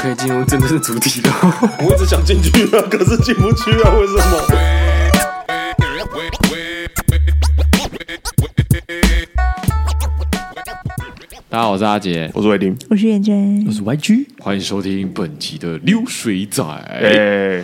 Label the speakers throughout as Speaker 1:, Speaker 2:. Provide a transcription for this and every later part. Speaker 1: 可以进入真正的主题了。
Speaker 2: 我一直想进去啊，可是进不去啊，为什么？
Speaker 3: 大家好，我是阿杰，
Speaker 2: 我是伟霆。
Speaker 4: 我是元真
Speaker 1: 我，是 YG，
Speaker 3: 欢迎收听本集的流水仔。
Speaker 2: 哎，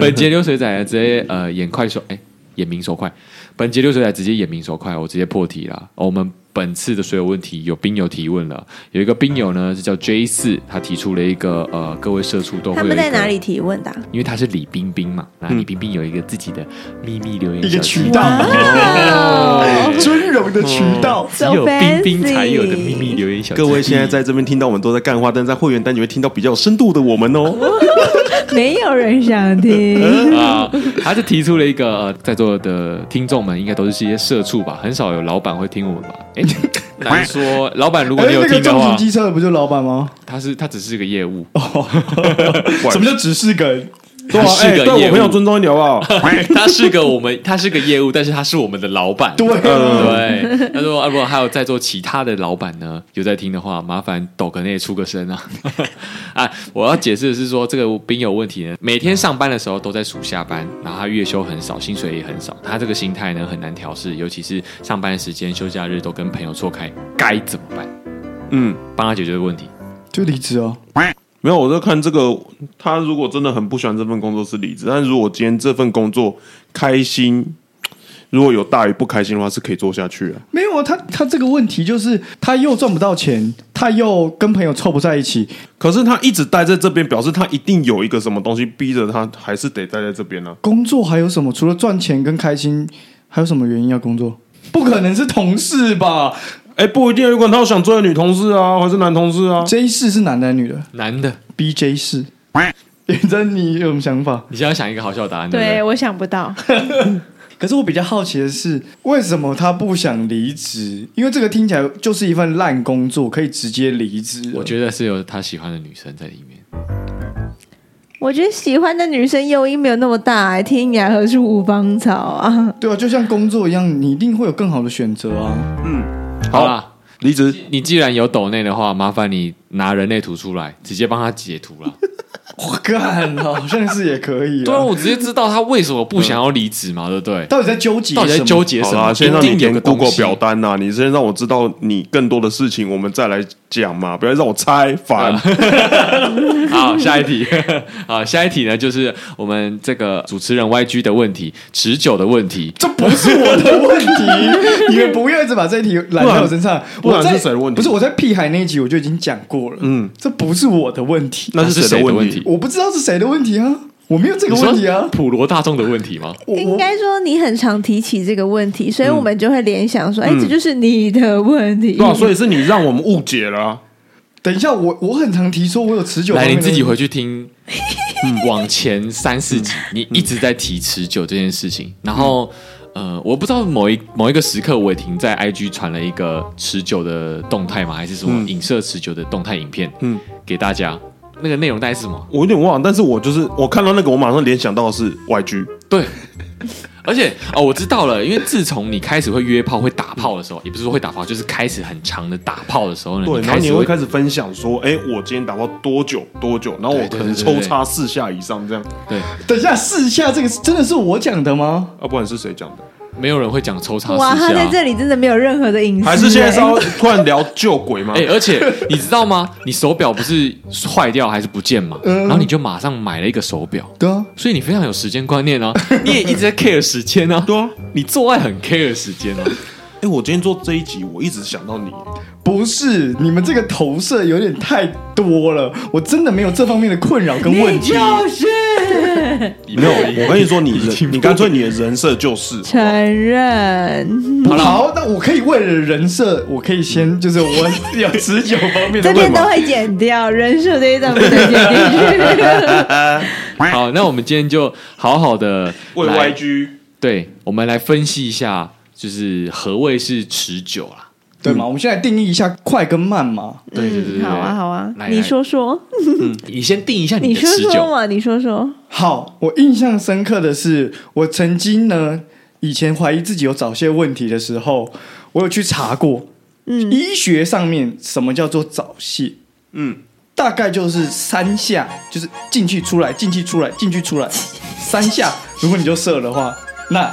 Speaker 3: 本节流水仔呢直接呃眼快手，哎、眼明手快。本节流水仔直接眼明手快，我直接破题啦。哦我们本次的所有问题有兵友提问了，有一个兵友呢是叫 J 四，他提出了一个呃各位社畜都会
Speaker 4: 他
Speaker 3: 有
Speaker 4: 们
Speaker 3: 一
Speaker 4: 在
Speaker 3: 个
Speaker 4: 哪里？提问的啊、
Speaker 3: 因为他是李冰冰嘛，那李冰冰有一个自己的秘密留言
Speaker 2: 嗯一个
Speaker 3: 小
Speaker 2: 渠道
Speaker 4: 哇哦
Speaker 2: 尊荣的渠道。
Speaker 3: 只有冰冰才有的秘密留言小
Speaker 2: 各位现在
Speaker 3: 在。
Speaker 2: 在这边听到我们都在干话，但在会员单你会听到比较有深度的我们哦。
Speaker 4: 没有人想 听。
Speaker 3: 啊，他就提出了一个、呃在座的听众们应该都是一些社畜吧，很少有老板会听我们吧？ 哎，难说。老板如果你有
Speaker 1: 哎那个哦
Speaker 3: 听的
Speaker 1: 重型，
Speaker 3: 话
Speaker 1: 机车的不就老板吗？
Speaker 3: 他是他只是个业 务，
Speaker 1: 什么叫只是梗？
Speaker 2: 对啊
Speaker 3: 他，是
Speaker 2: 哎，
Speaker 3: 个
Speaker 2: 对
Speaker 3: 业
Speaker 2: 我
Speaker 3: 务
Speaker 2: 朋友尊重一点好不好？
Speaker 3: 他是个我们他是个业务，但是他是我们的老板。
Speaker 1: 对啊，
Speaker 3: 对，他说啊，如果还有在座其他的老板呢，有在听的话，麻烦抖个内出个声啊！ 啊，我要解释的是说，这个兵有问题呢，每天上班的时候都在数下班，然后他月休很少，薪水也很少，他这个心态呢很难调试，尤其是上班时间、休假日都跟朋友错开，该怎么办？
Speaker 2: 嗯，
Speaker 3: 帮他解决问题。
Speaker 1: 就离职哦。
Speaker 2: 没有，我在看这个。他如果真的很不喜欢这份工作是离职，但如果今天这份工作开心，如果有大于不开心的话，是可以做下去啊。
Speaker 1: 没有啊，他他这个问题就是他又赚不到钱，他又跟朋友凑不在一起，
Speaker 2: 可是他一直待在这边，表示他一定有一个什么东西逼着他，还是得待在这边呢、
Speaker 1: 工作还有什么？除了赚钱跟开心，还有什么原因要工作？不可能是同事吧
Speaker 2: 哎，不一定，有可能他有想追的女同事啊，还是男同事啊。
Speaker 1: ？J 四是男的还是女的
Speaker 3: 男的，
Speaker 1: ？BJ 四， 元真，你有什么想法？
Speaker 3: 你想要想一个好笑的答案，对不
Speaker 4: 对，
Speaker 3: 对？
Speaker 4: 我想不到，
Speaker 1: 可是我比较好奇的是，为什么他不想离职？因为这个听起来就是一份烂工作，可以直接离职。
Speaker 3: 我觉得是有他喜欢的女生在里面。
Speaker 4: 我觉得喜欢的女生诱因没有那么大、天涯何处无芳草啊！
Speaker 1: 对啊，就像工作一样，你一定会有更好的选择啊。
Speaker 3: 好啦，
Speaker 2: 离职，
Speaker 3: 你既然有抖内的话，麻烦你拿人类图出来，直接帮他解图啦。
Speaker 1: 我干，好像是也可以、啊。
Speaker 3: 对啊，我直接知道他为什么不想要离职嘛，对不对？
Speaker 1: 到底在纠结？
Speaker 3: 到底在纠？结
Speaker 2: 嗯好
Speaker 3: 什
Speaker 2: 啦，
Speaker 3: 么？
Speaker 2: 先让你
Speaker 3: 一定有
Speaker 2: 填
Speaker 3: 个东
Speaker 2: Google
Speaker 3: 西
Speaker 2: 表。单呐、你先让我知道你更多的事情，我们再来讲嘛，不要让我猜，烦。
Speaker 3: 啊好，下一题。 好，下一题呢，就是我们这个主持人 YG 的问题，持久的问题。
Speaker 1: 这不是我的问题，你们不要一直把这一题揽在我身上。
Speaker 2: 不然
Speaker 1: 我在
Speaker 2: 不然是谁的问题
Speaker 1: 不是我在屁孩那一集我就已经讲过了。
Speaker 2: 嗯
Speaker 1: 嗯，这不是我的问题，
Speaker 2: 那是谁
Speaker 3: 谁
Speaker 2: 的
Speaker 3: 的
Speaker 2: 问
Speaker 3: 问
Speaker 2: 题
Speaker 3: 题？
Speaker 1: 我不知道是谁的问题啊，我没有这个
Speaker 3: 你说
Speaker 1: 问题啊。
Speaker 3: 普罗大众的 问题吗？
Speaker 1: 我我
Speaker 4: 应该说你很常提起这个问题，所以我们就会联想
Speaker 3: 嗯
Speaker 4: 说，哎、这就是你的问题。
Speaker 2: 对啊，所以是你让我们误解了、啊。
Speaker 1: 等一下，我我很常提说，我有持久。
Speaker 3: 来，你自己回。去听， 嗯往前三四集，
Speaker 2: 嗯
Speaker 3: 你一直在提持久这件事情，然后。呃，我不知道某一某一个时刻，伟霆在 IG 传了一个持久的动态嘛，还是什么
Speaker 2: 嗯
Speaker 3: 影射持久的动态影片，嗯，给大家。那个内容大概是什么？
Speaker 2: 我有点忘了，但是我就是我看到那个，我马上联想到的是 YG。
Speaker 3: 对， 而且哦，我知道了，因为自从你开始会约炮、会打炮的时候，也不是说会打炮，就是开始很长的打炮的时候呢，
Speaker 2: 对，然后
Speaker 3: 开
Speaker 2: 你
Speaker 3: 始
Speaker 2: 会开始分享说，哎、我今天打炮多久多久，然后我
Speaker 3: 对对
Speaker 2: 可能
Speaker 3: 对
Speaker 2: 抽
Speaker 3: 对对
Speaker 2: 插四下以上这样，
Speaker 3: 对，
Speaker 1: 等一下，试一下，这个是真的是我讲的吗？
Speaker 2: 啊，不管是谁讲的，
Speaker 3: 没有人会讲抽插
Speaker 4: 哇，
Speaker 3: 四
Speaker 4: 他在
Speaker 3: 下。啊
Speaker 4: 这里真的没有任何的隐私、
Speaker 2: 还是现在是
Speaker 4: 哎
Speaker 2: 要突然聊旧鬼吗？
Speaker 3: 哎、而且你知道吗？你手表不是坏掉还是不见嘛？
Speaker 2: 嗯
Speaker 3: 然后你就马上买了一个手表，
Speaker 1: 对啊，
Speaker 3: 所以你非常有时间观念啊，你也一直在 care 时间啊，
Speaker 2: 对啊，
Speaker 3: 你做爱很 care 时间啊。
Speaker 2: 哎、我今天做这一集，我一直想到你，
Speaker 1: 不是，你们这个投射有点太多了，我真的没有这方面的困扰跟问
Speaker 4: 你
Speaker 1: 题。
Speaker 4: 哎就是
Speaker 2: 没有，我跟你说，你 人，
Speaker 3: 听不
Speaker 2: 你干脆你的人设就是，
Speaker 4: 承认，
Speaker 1: 好那我可以为了人设，我可以先就是我 有持久方面的
Speaker 4: 这边
Speaker 1: 问
Speaker 4: 都
Speaker 1: 吗？
Speaker 4: 会剪掉，人设这一段不能剪进去。
Speaker 3: 好，那我们今天就好好的
Speaker 2: 为 YG
Speaker 3: 对，我们来分析一下，就是何谓是持久啦。
Speaker 1: 对嘛？我们现在定义一下快跟慢嘛。
Speaker 3: 对对对对对
Speaker 4: 好啊，好啊，
Speaker 3: 来嗯
Speaker 4: 你说说，
Speaker 3: 你先定一下
Speaker 4: 你
Speaker 3: 的
Speaker 4: 说
Speaker 3: 持
Speaker 4: 说
Speaker 3: 久。
Speaker 4: 嘛，你说说，
Speaker 1: 好，我印象深刻的是，我曾经呢，以前怀疑自己有早泄问题的时候，我有去查过，
Speaker 4: 嗯
Speaker 1: 医学上面什么叫做早泄？
Speaker 2: 嗯，
Speaker 1: 大概就是三下，就是进去出来，进去出来，进去出来三下。如果你就射的话，那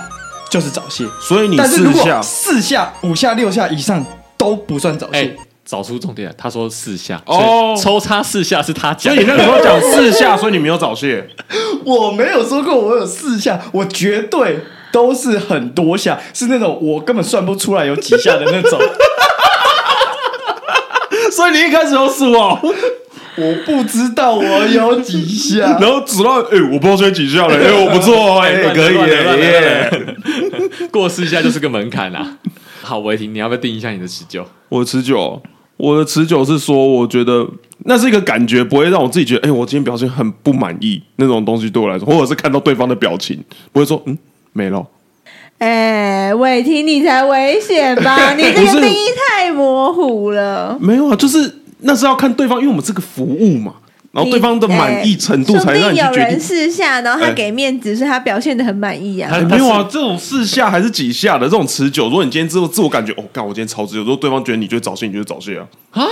Speaker 1: 就是早泄。
Speaker 2: 所以你
Speaker 1: 但是如
Speaker 2: 四
Speaker 1: 果
Speaker 2: 下，
Speaker 1: 四下、五下、六下以上都不算早
Speaker 3: 哎、
Speaker 1: 泄。
Speaker 3: 找出重点了，他说四下
Speaker 2: 哦哎
Speaker 3: 所以抽插四下是他
Speaker 2: 所
Speaker 3: 讲
Speaker 2: 以你
Speaker 3: 的，
Speaker 2: 那个时候讲四下，所以你没有早泄。
Speaker 1: 我没有说过我有四下，我绝对都是很多下，是那种我根本算不出来有几下的那 种。
Speaker 2: 所以你一开始就数哦，
Speaker 1: 我不知道我有几下
Speaker 2: 然，后直到哎、我不知道现在几下了，哎、我不错哦，哎、
Speaker 3: 乱了
Speaker 2: 可以
Speaker 3: 乱了乱了
Speaker 2: 耶。
Speaker 3: 过四下就是个门槛啊。好，维婷，你要不要定一下你的持久？
Speaker 2: 我的持久，我的持久是说，我觉得那是一个感觉，不会让我自己觉得，哎、我今天表现很不满意那种东西，对我来说，或者是看到对方的表情，不会说嗯没了。
Speaker 4: 哎，伟霆，你才危险 吧？你这
Speaker 2: 不是
Speaker 4: 个定义太模糊了。
Speaker 2: 没有啊，就是那是要看对方，因为我们是个服务嘛，然后对方的满意程度
Speaker 4: 哎
Speaker 2: 才让你去
Speaker 4: 说不
Speaker 2: 决
Speaker 4: 定有人
Speaker 2: 定。
Speaker 4: 试下，然后
Speaker 2: 哎
Speaker 4: 他给面子，所以他表现的很满意啊。
Speaker 2: 哎没有啊，这种四下还是几下的这种持久，如果你今天自我自我感觉，哦，干，我今天超持久，如果对方觉得你就早泄，你就早泄啊，啊，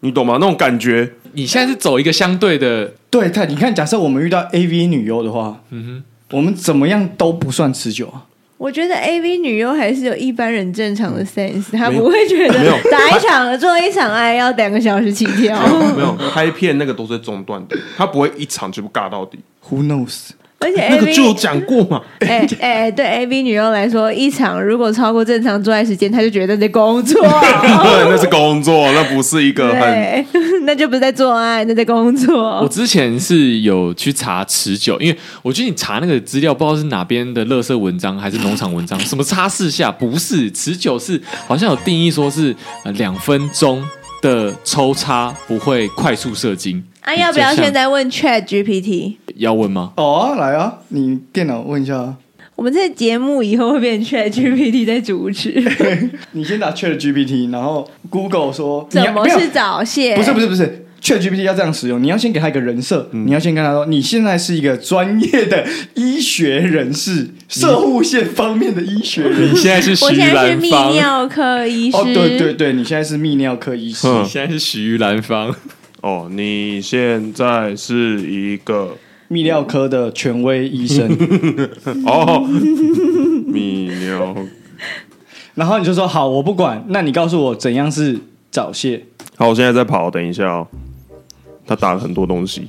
Speaker 2: 你懂吗？那种感觉，
Speaker 3: 你现在是走一个相对的，
Speaker 1: 对，看你看，假设我们遇到 AV 女优的话，嗯哼，我们怎么样都不算持久啊。
Speaker 4: 我觉得 A V 女优还是有一般人正常的 sense，她
Speaker 2: 没有
Speaker 4: 不会觉
Speaker 2: 没有
Speaker 4: 得打一场做一场爱要两个小时起跳。
Speaker 2: 没有拍片那个都是中断的，他不会一场全部尬到底。
Speaker 1: Who knows？
Speaker 4: 而且
Speaker 2: 那
Speaker 4: A
Speaker 2: 个就有
Speaker 4: V
Speaker 2: 讲过嘛，
Speaker 4: 哎哎，对 A V 女优来说，一场如果超过正常做爱时间，她就觉得在工 作。
Speaker 2: 对，那是工作，那不是一个很
Speaker 4: 对， 那就不是在做爱，那在工
Speaker 3: 我
Speaker 4: 作。
Speaker 3: 之前是有去查持久，因为我觉得你查那个资料，不知道是哪边的垃圾文章还是农场文章，什么插四下不是持久是好像有定义说是呃两分钟的抽插不会快速射精
Speaker 4: 啊，要不要
Speaker 3: 比较像
Speaker 4: 现在问 Chat GPT？
Speaker 3: 要问吗？
Speaker 1: 哦、啊，来啊，你电脑问一下啊，
Speaker 4: 我们这节目以后会变成 Chat GPT 在主持。
Speaker 1: 你先打 Chat GPT，然后 Google 说你
Speaker 4: 怎
Speaker 1: 要
Speaker 4: 么
Speaker 1: 没有
Speaker 4: 是早泄？
Speaker 1: 不是不是不是，Chat GPT 要这样使用，你要先给他一个人设，你要先跟他说，你现在是一个专业的医学人士，射护线方面的医学人
Speaker 3: 你
Speaker 1: 士。
Speaker 3: 现在是徐
Speaker 4: 我现在是
Speaker 3: 兰
Speaker 4: 泌
Speaker 3: 芳，你
Speaker 4: 尿科医 师。
Speaker 1: 哦，对对对，你现在是泌尿科医师，
Speaker 2: 嗯
Speaker 3: 现在是徐兰芳，
Speaker 2: 哦。你现在是一个
Speaker 1: 泌尿科的权威医 生，
Speaker 2: 哦， 泌尿。
Speaker 1: 然后你就说好，我不管，那你告诉我怎样是早泄？
Speaker 2: 好，我现在在跑，等一下哦。他打了很多东西，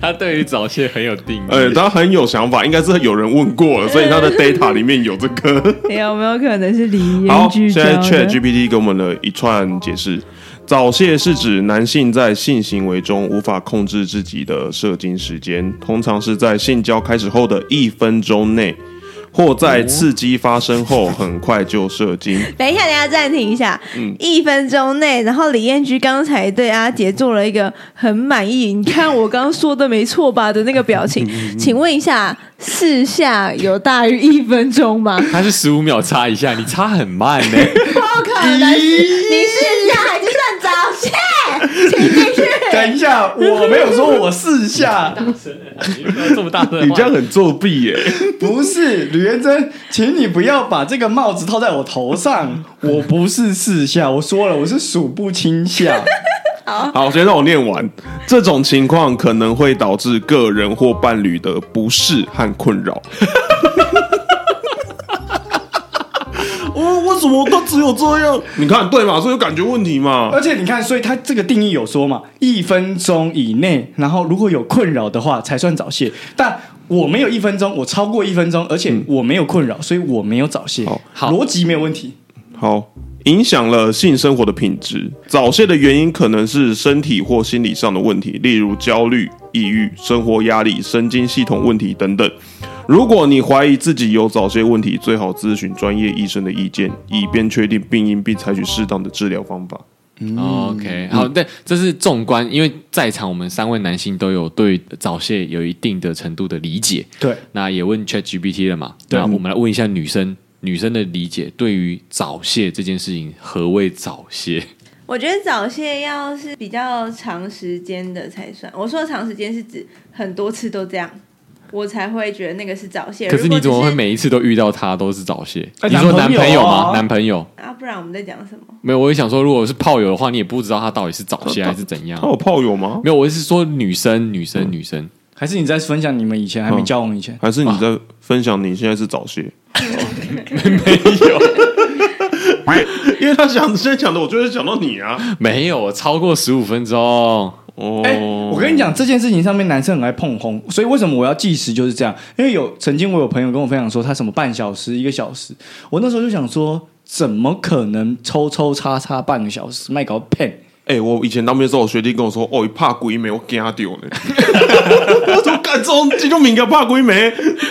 Speaker 3: 他对于早泄很有定义。
Speaker 2: 哎、他很有想法，应该是有人问过了，所以他的 data 里面有这个。
Speaker 4: 有没有可能是李
Speaker 2: 好，现
Speaker 4: 彦居教
Speaker 2: 在 Chat
Speaker 4: 的？
Speaker 2: GPT 给我们了一串解释。早泄是指男性在性行为中无法控制自己的射精时间，通常是在性交开始后的一分钟内，或在刺激发生后很快就射精。
Speaker 4: 等一下，等一下，暂停一下，一分钟内，然后李彦居刚才对阿杰做了一个很满意，你看我刚刚说的没错吧的那个表情，请问一下，四下有大于一分钟吗？
Speaker 3: 他是十五秒插一下，你插很慢 呢、
Speaker 4: 不可能，你四下还是算早泄？请继续。
Speaker 1: 等一下，我没有说我四下，
Speaker 3: 这么大声的话，
Speaker 2: 你这样很作弊耶、
Speaker 1: 不是吕元珍，请你不要把这个帽子套在我头上，我不是四下，我说了，我是数不清 下。
Speaker 2: 好，先让我念完。这种情况可能会导致个人或伴侣的不适和困扰。哦，为什么他只有这样？你看对嘛？所以有感觉问题嘛
Speaker 1: 而？且你看，所以它这个定义有说嘛，一分钟以内，然后如果有困扰的话才算早泄。但我没有一分钟，我超过一分钟，而且我没有困扰，所以我没有早泄
Speaker 2: 好。
Speaker 3: 好
Speaker 1: 逻辑没有问题。
Speaker 2: 好，影响了性生活的品质。早泄的原因可能是身体或心理上的问题，例如焦虑、抑郁、生活压力、神经系统问题等等。如果你怀疑自己有早泄问题，最好咨询专业医生的意见，以便确定病因并采取适当的治疗方法。
Speaker 3: OK，好，对，这是纵观，因为在场我们三位男性都有对早泄有一定的程度的理解，
Speaker 1: 对，
Speaker 3: 那也问 ChatGPT 了嘛？那我们来问一下女生，女生的理解对于早泄这件事情，何谓早泄？
Speaker 4: 我觉得早泄要是比较长时间的才算。我说的长时间是指很多次都这样，我才会觉得那个是早泄。
Speaker 3: 可是
Speaker 4: 如果
Speaker 3: 你
Speaker 4: 只
Speaker 3: 怎么会每一次都遇到他都是早泄？
Speaker 1: 哎
Speaker 3: 你说
Speaker 1: 男
Speaker 3: 男
Speaker 1: 朋友
Speaker 3: 朋友吗？
Speaker 1: 啊
Speaker 3: 男朋友
Speaker 4: 啊？不然我们在讲什么？
Speaker 3: 没有，我也想说，如果是炮友的话，你也不知道他到底是早泄还是怎样
Speaker 2: 他。有炮友吗？
Speaker 3: 没有，我是说女生，女生，女生。
Speaker 1: 还是你在分享你们以前还没交往以前？
Speaker 2: 还是你在分享你现在是早 泄？没 有，因为他想现在讲的，我就是讲到你啊。
Speaker 3: 没有，超过十五分钟。
Speaker 2: 哦，
Speaker 1: 哎、我跟你讲这件事情上面，男生很爱碰轰，所以为什么我要计时就是这样？因为有曾经我有朋友跟我分享说，他什么半小时、一个小时，我那时候就想说，怎么可能抽抽插插半个小时？卖搞骗！
Speaker 2: 哎、我以前当兵的时候，我学弟跟我说：“哦，你怕鬼没？我惊掉呢。” 我说：“干这种这种敏感怕鬼没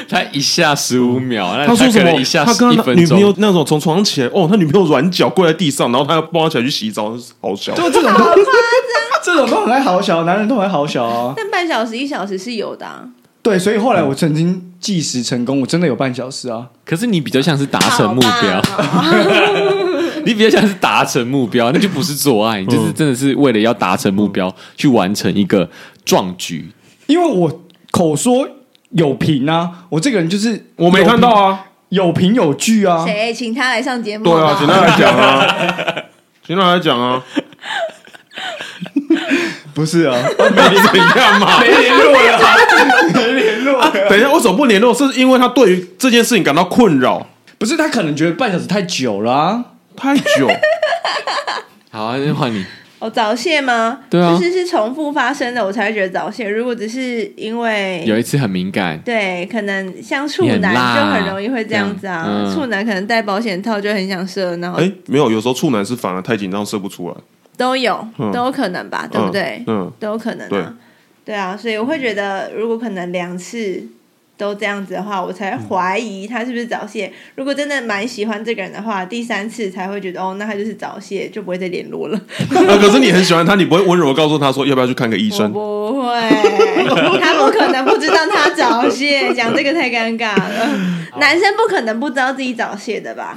Speaker 3: 他一下十五秒，？”那
Speaker 2: 嗯他说什
Speaker 3: 哎可
Speaker 2: 么
Speaker 3: 能一？下
Speaker 2: 他跟
Speaker 3: 一
Speaker 2: 他
Speaker 3: 分
Speaker 2: 女
Speaker 3: 钟
Speaker 2: 朋友那种从床上起来，哦，他女朋友软脚跪在地上，然后他要抱他起来去洗澡，好笑。
Speaker 1: 就这种都 这种都很爱好小，男人都很爱好小啊。
Speaker 4: 但半小时、一小时是有的、啊。
Speaker 1: 对，所以后来我曾经计时成功，我真的有半小时啊。
Speaker 3: 可是你比较像是达成目标
Speaker 4: 好，啊吧
Speaker 3: 你比较像是达成目标，那就不是做爱，你就是
Speaker 2: 嗯
Speaker 3: 真的是为了要达成目标去完成一个壮举。
Speaker 1: 因为我口说有凭啊，我这个人就是
Speaker 2: 我没看到啊。
Speaker 1: 有凭有据啊。
Speaker 4: 谁请他来上节目？
Speaker 2: 对啊，
Speaker 4: 好
Speaker 2: 简
Speaker 4: 不好
Speaker 2: 单来讲啊，简单来讲 啊，
Speaker 1: 不是啊，
Speaker 2: 没怎样嘛。
Speaker 1: 没联络了啊，没联络 了。
Speaker 2: 等一下，为什么不联络？是因为他对于这件事情感到困扰
Speaker 1: 不是他可能觉得半小时太久了、啊，
Speaker 2: 太久。
Speaker 3: 好、啊，那换你。
Speaker 4: 哦，早泄吗？
Speaker 3: 对啊
Speaker 4: 就是是重复发生的，我才会觉得早泄。如果只是因
Speaker 3: 有
Speaker 4: 为
Speaker 3: 一次很敏感，
Speaker 4: 对，可能像处
Speaker 3: 你很
Speaker 4: 男
Speaker 3: 辣
Speaker 4: 就很容易会这样子
Speaker 3: 这样
Speaker 4: 啊
Speaker 3: 嗯。
Speaker 4: 处男可能戴保险套就很想射，然后
Speaker 2: 哎、没有，有时候处男是反而太紧张射不出来，
Speaker 4: 都有，
Speaker 2: 嗯
Speaker 4: 都有可能吧，对不对？
Speaker 2: 嗯，
Speaker 4: 都有可能
Speaker 2: 对
Speaker 4: 啊。对啊，所以我会觉得，如果可能两次都这样子的话，我才
Speaker 2: 嗯
Speaker 4: 怀疑他是不是早泄。如果真的蛮喜欢这个人的话，第三次才会觉得哦，那他就是早泄，就不会再联络了。
Speaker 2: 嗯啊可是你很喜欢他，你不会温柔的告诉他说要不要去看个医
Speaker 4: 我
Speaker 2: 生？
Speaker 4: 不 会，他不可能不知道他早泄，讲这个太尴尬了。男生不可能不知道自己早泄的吧？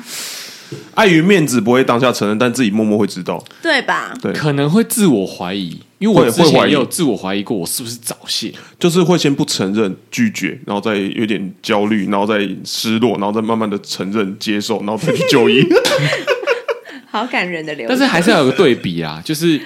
Speaker 2: 碍于面子不会当下承认，但自己默默会知道。
Speaker 4: 对吧？
Speaker 2: 对，
Speaker 3: 可能会自我怀疑，因为
Speaker 2: 会
Speaker 3: 我之
Speaker 2: 会怀
Speaker 3: 前
Speaker 2: 疑
Speaker 3: 也有自我怀疑过，我是不是早泄？
Speaker 2: 就是会先不承认、拒绝，然后再有点焦虑，然后再失落，然后再慢慢的承认、接受，然后再去就 医。
Speaker 4: 好感人的流程，
Speaker 3: 但是还是要有个对比啊，就是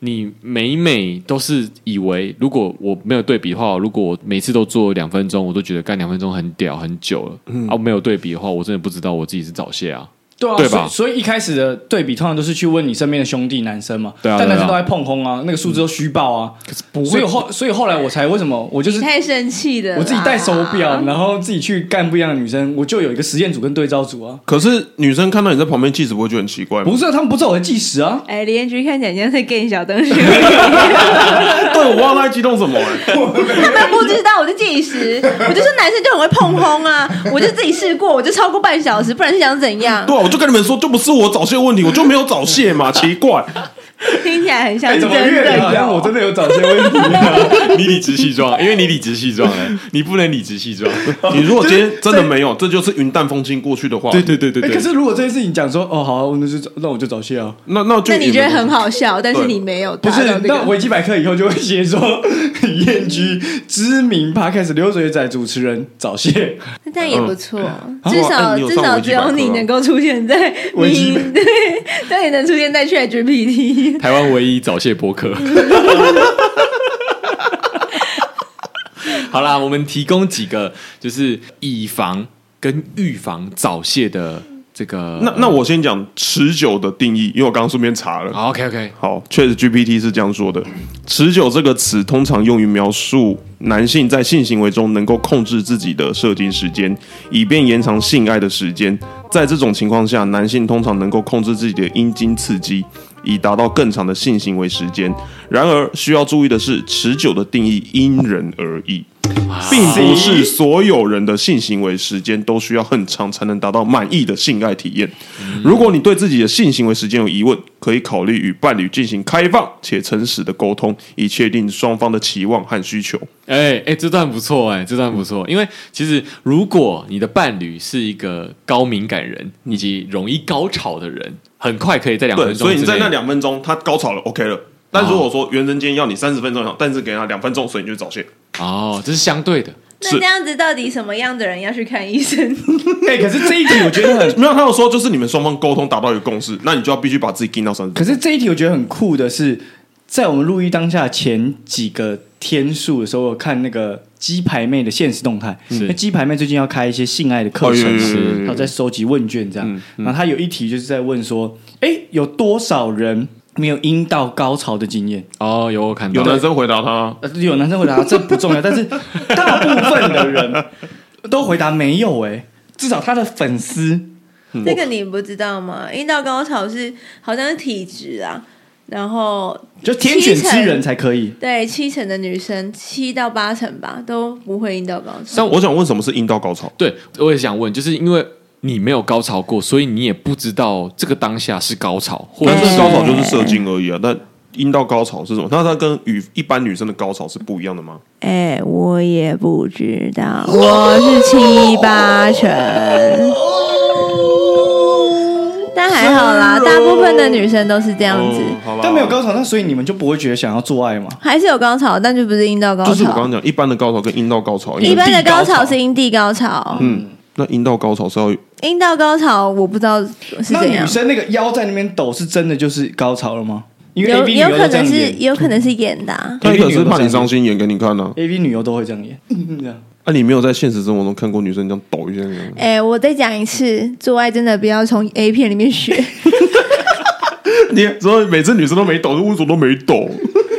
Speaker 3: 你每每都是以为，如果我没有对比的话，如果我每次都做两分钟，我都觉得干两分钟很屌很久了。啊，没有对比的话，我真的不知道我自己是早泄啊。
Speaker 1: 对啊，
Speaker 3: 对
Speaker 1: 所
Speaker 3: 吧
Speaker 1: 以所以一开始的对比通常都是去问你身边的兄弟男生嘛，
Speaker 3: 对啊
Speaker 1: 但
Speaker 3: 对啊
Speaker 1: 男生都在碰轰啊，那个数字都虚报啊，可是不所以后所以后来我才为什么我就是
Speaker 4: 你太生气了啦。
Speaker 1: 我自己戴手表，然后自己去干不一样的女生，我就有一个实验组跟对照组啊，
Speaker 2: 可是女生看到你在旁边，气质不会觉得很奇怪吗
Speaker 1: 不？是、啊、他们不知道我在计时啊，
Speaker 4: 哎，李彦菊看起来像在跟小灯熊，
Speaker 2: 对，我忘了她激动什么、欸。
Speaker 4: 他们不知道我在计时，我就说男生就很会碰轰啊，我就自己试过，我就超过半小时，不然是想怎样？
Speaker 2: 对啊，我就跟你们说，就不是我早泄的问题，我就没有早泄 嘛，奇怪。
Speaker 4: 听起来很像
Speaker 1: 哎，怎
Speaker 4: 真
Speaker 1: 么越
Speaker 4: 的
Speaker 1: 聊越像
Speaker 4: 有
Speaker 1: 我真的有找些问题啊？
Speaker 3: 你理直气壮，因为你理直气 壮了，你不能理直气壮。
Speaker 2: 你如果今天真的没有，这就是云淡风轻过去的话，
Speaker 3: 对对对对
Speaker 1: 哎
Speaker 3: 对，
Speaker 1: 可是如果这件事情讲说哦好啊、那就那我就早泄啊。
Speaker 2: 那那就
Speaker 4: 那你觉得
Speaker 2: 没有
Speaker 4: 很好笑，但是
Speaker 2: 对
Speaker 4: 你没有
Speaker 1: 不
Speaker 4: 达到
Speaker 1: 是，
Speaker 4: 这
Speaker 1: 那
Speaker 4: 个。
Speaker 1: 维基百科以后就会写说， 燕居知名 podcast 流水仔主持人早泄，
Speaker 4: 那这样也不错，
Speaker 2: 嗯
Speaker 4: 至
Speaker 2: 啊
Speaker 4: 少
Speaker 2: 你有
Speaker 4: 至
Speaker 2: 上
Speaker 4: 少
Speaker 2: 维基
Speaker 4: 只
Speaker 2: 百科
Speaker 4: 有你
Speaker 2: 吗
Speaker 4: 能够出现在
Speaker 1: 维基
Speaker 4: 你 对，但也能出现在 ChatGPT。
Speaker 3: 台湾唯一早泄播客。 好啦，我们提供几个就是以防跟预防早泄的这个。
Speaker 2: 那那我先讲持久的定义，因为我刚刚顺便查了。
Speaker 3: 好 OK OK，
Speaker 2: 好，确实 GPT 是这样说的。持久这个词通常用于描述男性在性行为中能够控制自己的射精时间，以便延长性爱的时间。在这种情况下，男性通常能够控制自己的阴茎刺激，以达到更长的性行为时间。然而，需要注意的是，持久的定义因人而异。并不是所有人的性行为时间都需要很长才能达到满意的性爱体验。如果你对自己的性行为时间有疑问，可以考虑与伴侣进行开放且诚实的沟通，以确定双方的期望和需求。
Speaker 3: 哎、哎、这段不错哎、这段不错。因为其实如果你的伴侣是一个高敏感人以及容易高潮的人，很快可以在两分
Speaker 2: 对，
Speaker 3: 钟
Speaker 2: 所以你
Speaker 3: 之
Speaker 2: 在
Speaker 3: 内
Speaker 2: 那两分钟他高潮了，OK 了。但如果说原人今天要你三十分钟以上，但是给他两分钟，所以你就早泄。
Speaker 3: 哦，这是相对的。
Speaker 4: 那
Speaker 2: 是
Speaker 4: 这样子到底什么样的人要去看医生？
Speaker 1: 哎、可是这一题我觉得很
Speaker 2: 没有，他有说就是你们双方沟通达到一个共识，那你就要必须把自己盯到三十
Speaker 1: 可是这一题我觉得很酷的是，在我们录音当下前几个天数的时候，我看那个鸡排妹的现实动态。
Speaker 3: 是
Speaker 1: 那鸡排妹最近要开一些性爱的课
Speaker 2: 哦有有
Speaker 1: 程，
Speaker 2: 有有有有
Speaker 1: 她有在收集问卷这样。然后她有一题就是在问说，哎、有多少人没有阴道高潮的经
Speaker 2: 嗯
Speaker 1: 验？
Speaker 3: 哦，有我看到
Speaker 2: 有男生回答他，
Speaker 1: 呃有男生回答这不重要，但 是大部分的人都回答没有、哎，至少他的粉丝
Speaker 4: 这个你不知道吗？阴道高潮是好像是体质啊，然后
Speaker 1: 就天选之
Speaker 4: 七
Speaker 1: 人
Speaker 4: 成
Speaker 1: 才可以。
Speaker 4: 对七成的女生，七到八成吧都不会阴道高潮。
Speaker 2: 但我想问什么是阴道高潮？
Speaker 3: 对，我也想问，就是因为你没有高潮过，所以你也不知道这个当下是高潮， 或者
Speaker 2: 但是
Speaker 3: 是
Speaker 2: 高潮就是射精而已啊，但阴道高潮是什么？那它跟与一般女生的高潮是不一样的吗？
Speaker 4: 哎、我也不知道，我是七八成，但还好啦，大部分的女生都是这样子，
Speaker 2: 哦好吧，
Speaker 1: 但没有高潮，那所以你们就不会觉得想要做爱吗？
Speaker 4: 还是有高潮，但就不是阴道高
Speaker 2: 就是我刚
Speaker 4: 潮
Speaker 2: 刚。讲一般的高潮跟阴道高潮，
Speaker 4: 一般的高潮
Speaker 2: 阴嗯
Speaker 4: 是阴蒂高潮，
Speaker 2: 那阴道高潮是要
Speaker 4: 阴、道高潮我不知道是
Speaker 1: 那
Speaker 4: 怎
Speaker 1: 女
Speaker 4: 样，
Speaker 1: 生那个腰在那边抖，是真的就是高潮了吗？因为 A
Speaker 4: 有
Speaker 1: V 女
Speaker 4: 有
Speaker 1: 优
Speaker 4: 可
Speaker 1: 都这样
Speaker 4: 能是
Speaker 1: 演
Speaker 4: 有可能是演的、啊。
Speaker 2: 他可能是怕你伤心演给你看呢、
Speaker 1: ，A V 女优都会这样演，嗯这样
Speaker 2: 啊。啊，你没有在现实生活中看过女生这样抖一下这样
Speaker 4: 哎、我再讲一次，做爱真的不要从 A 片里面学，
Speaker 2: 你所以每次女生都没抖，为什么都没抖？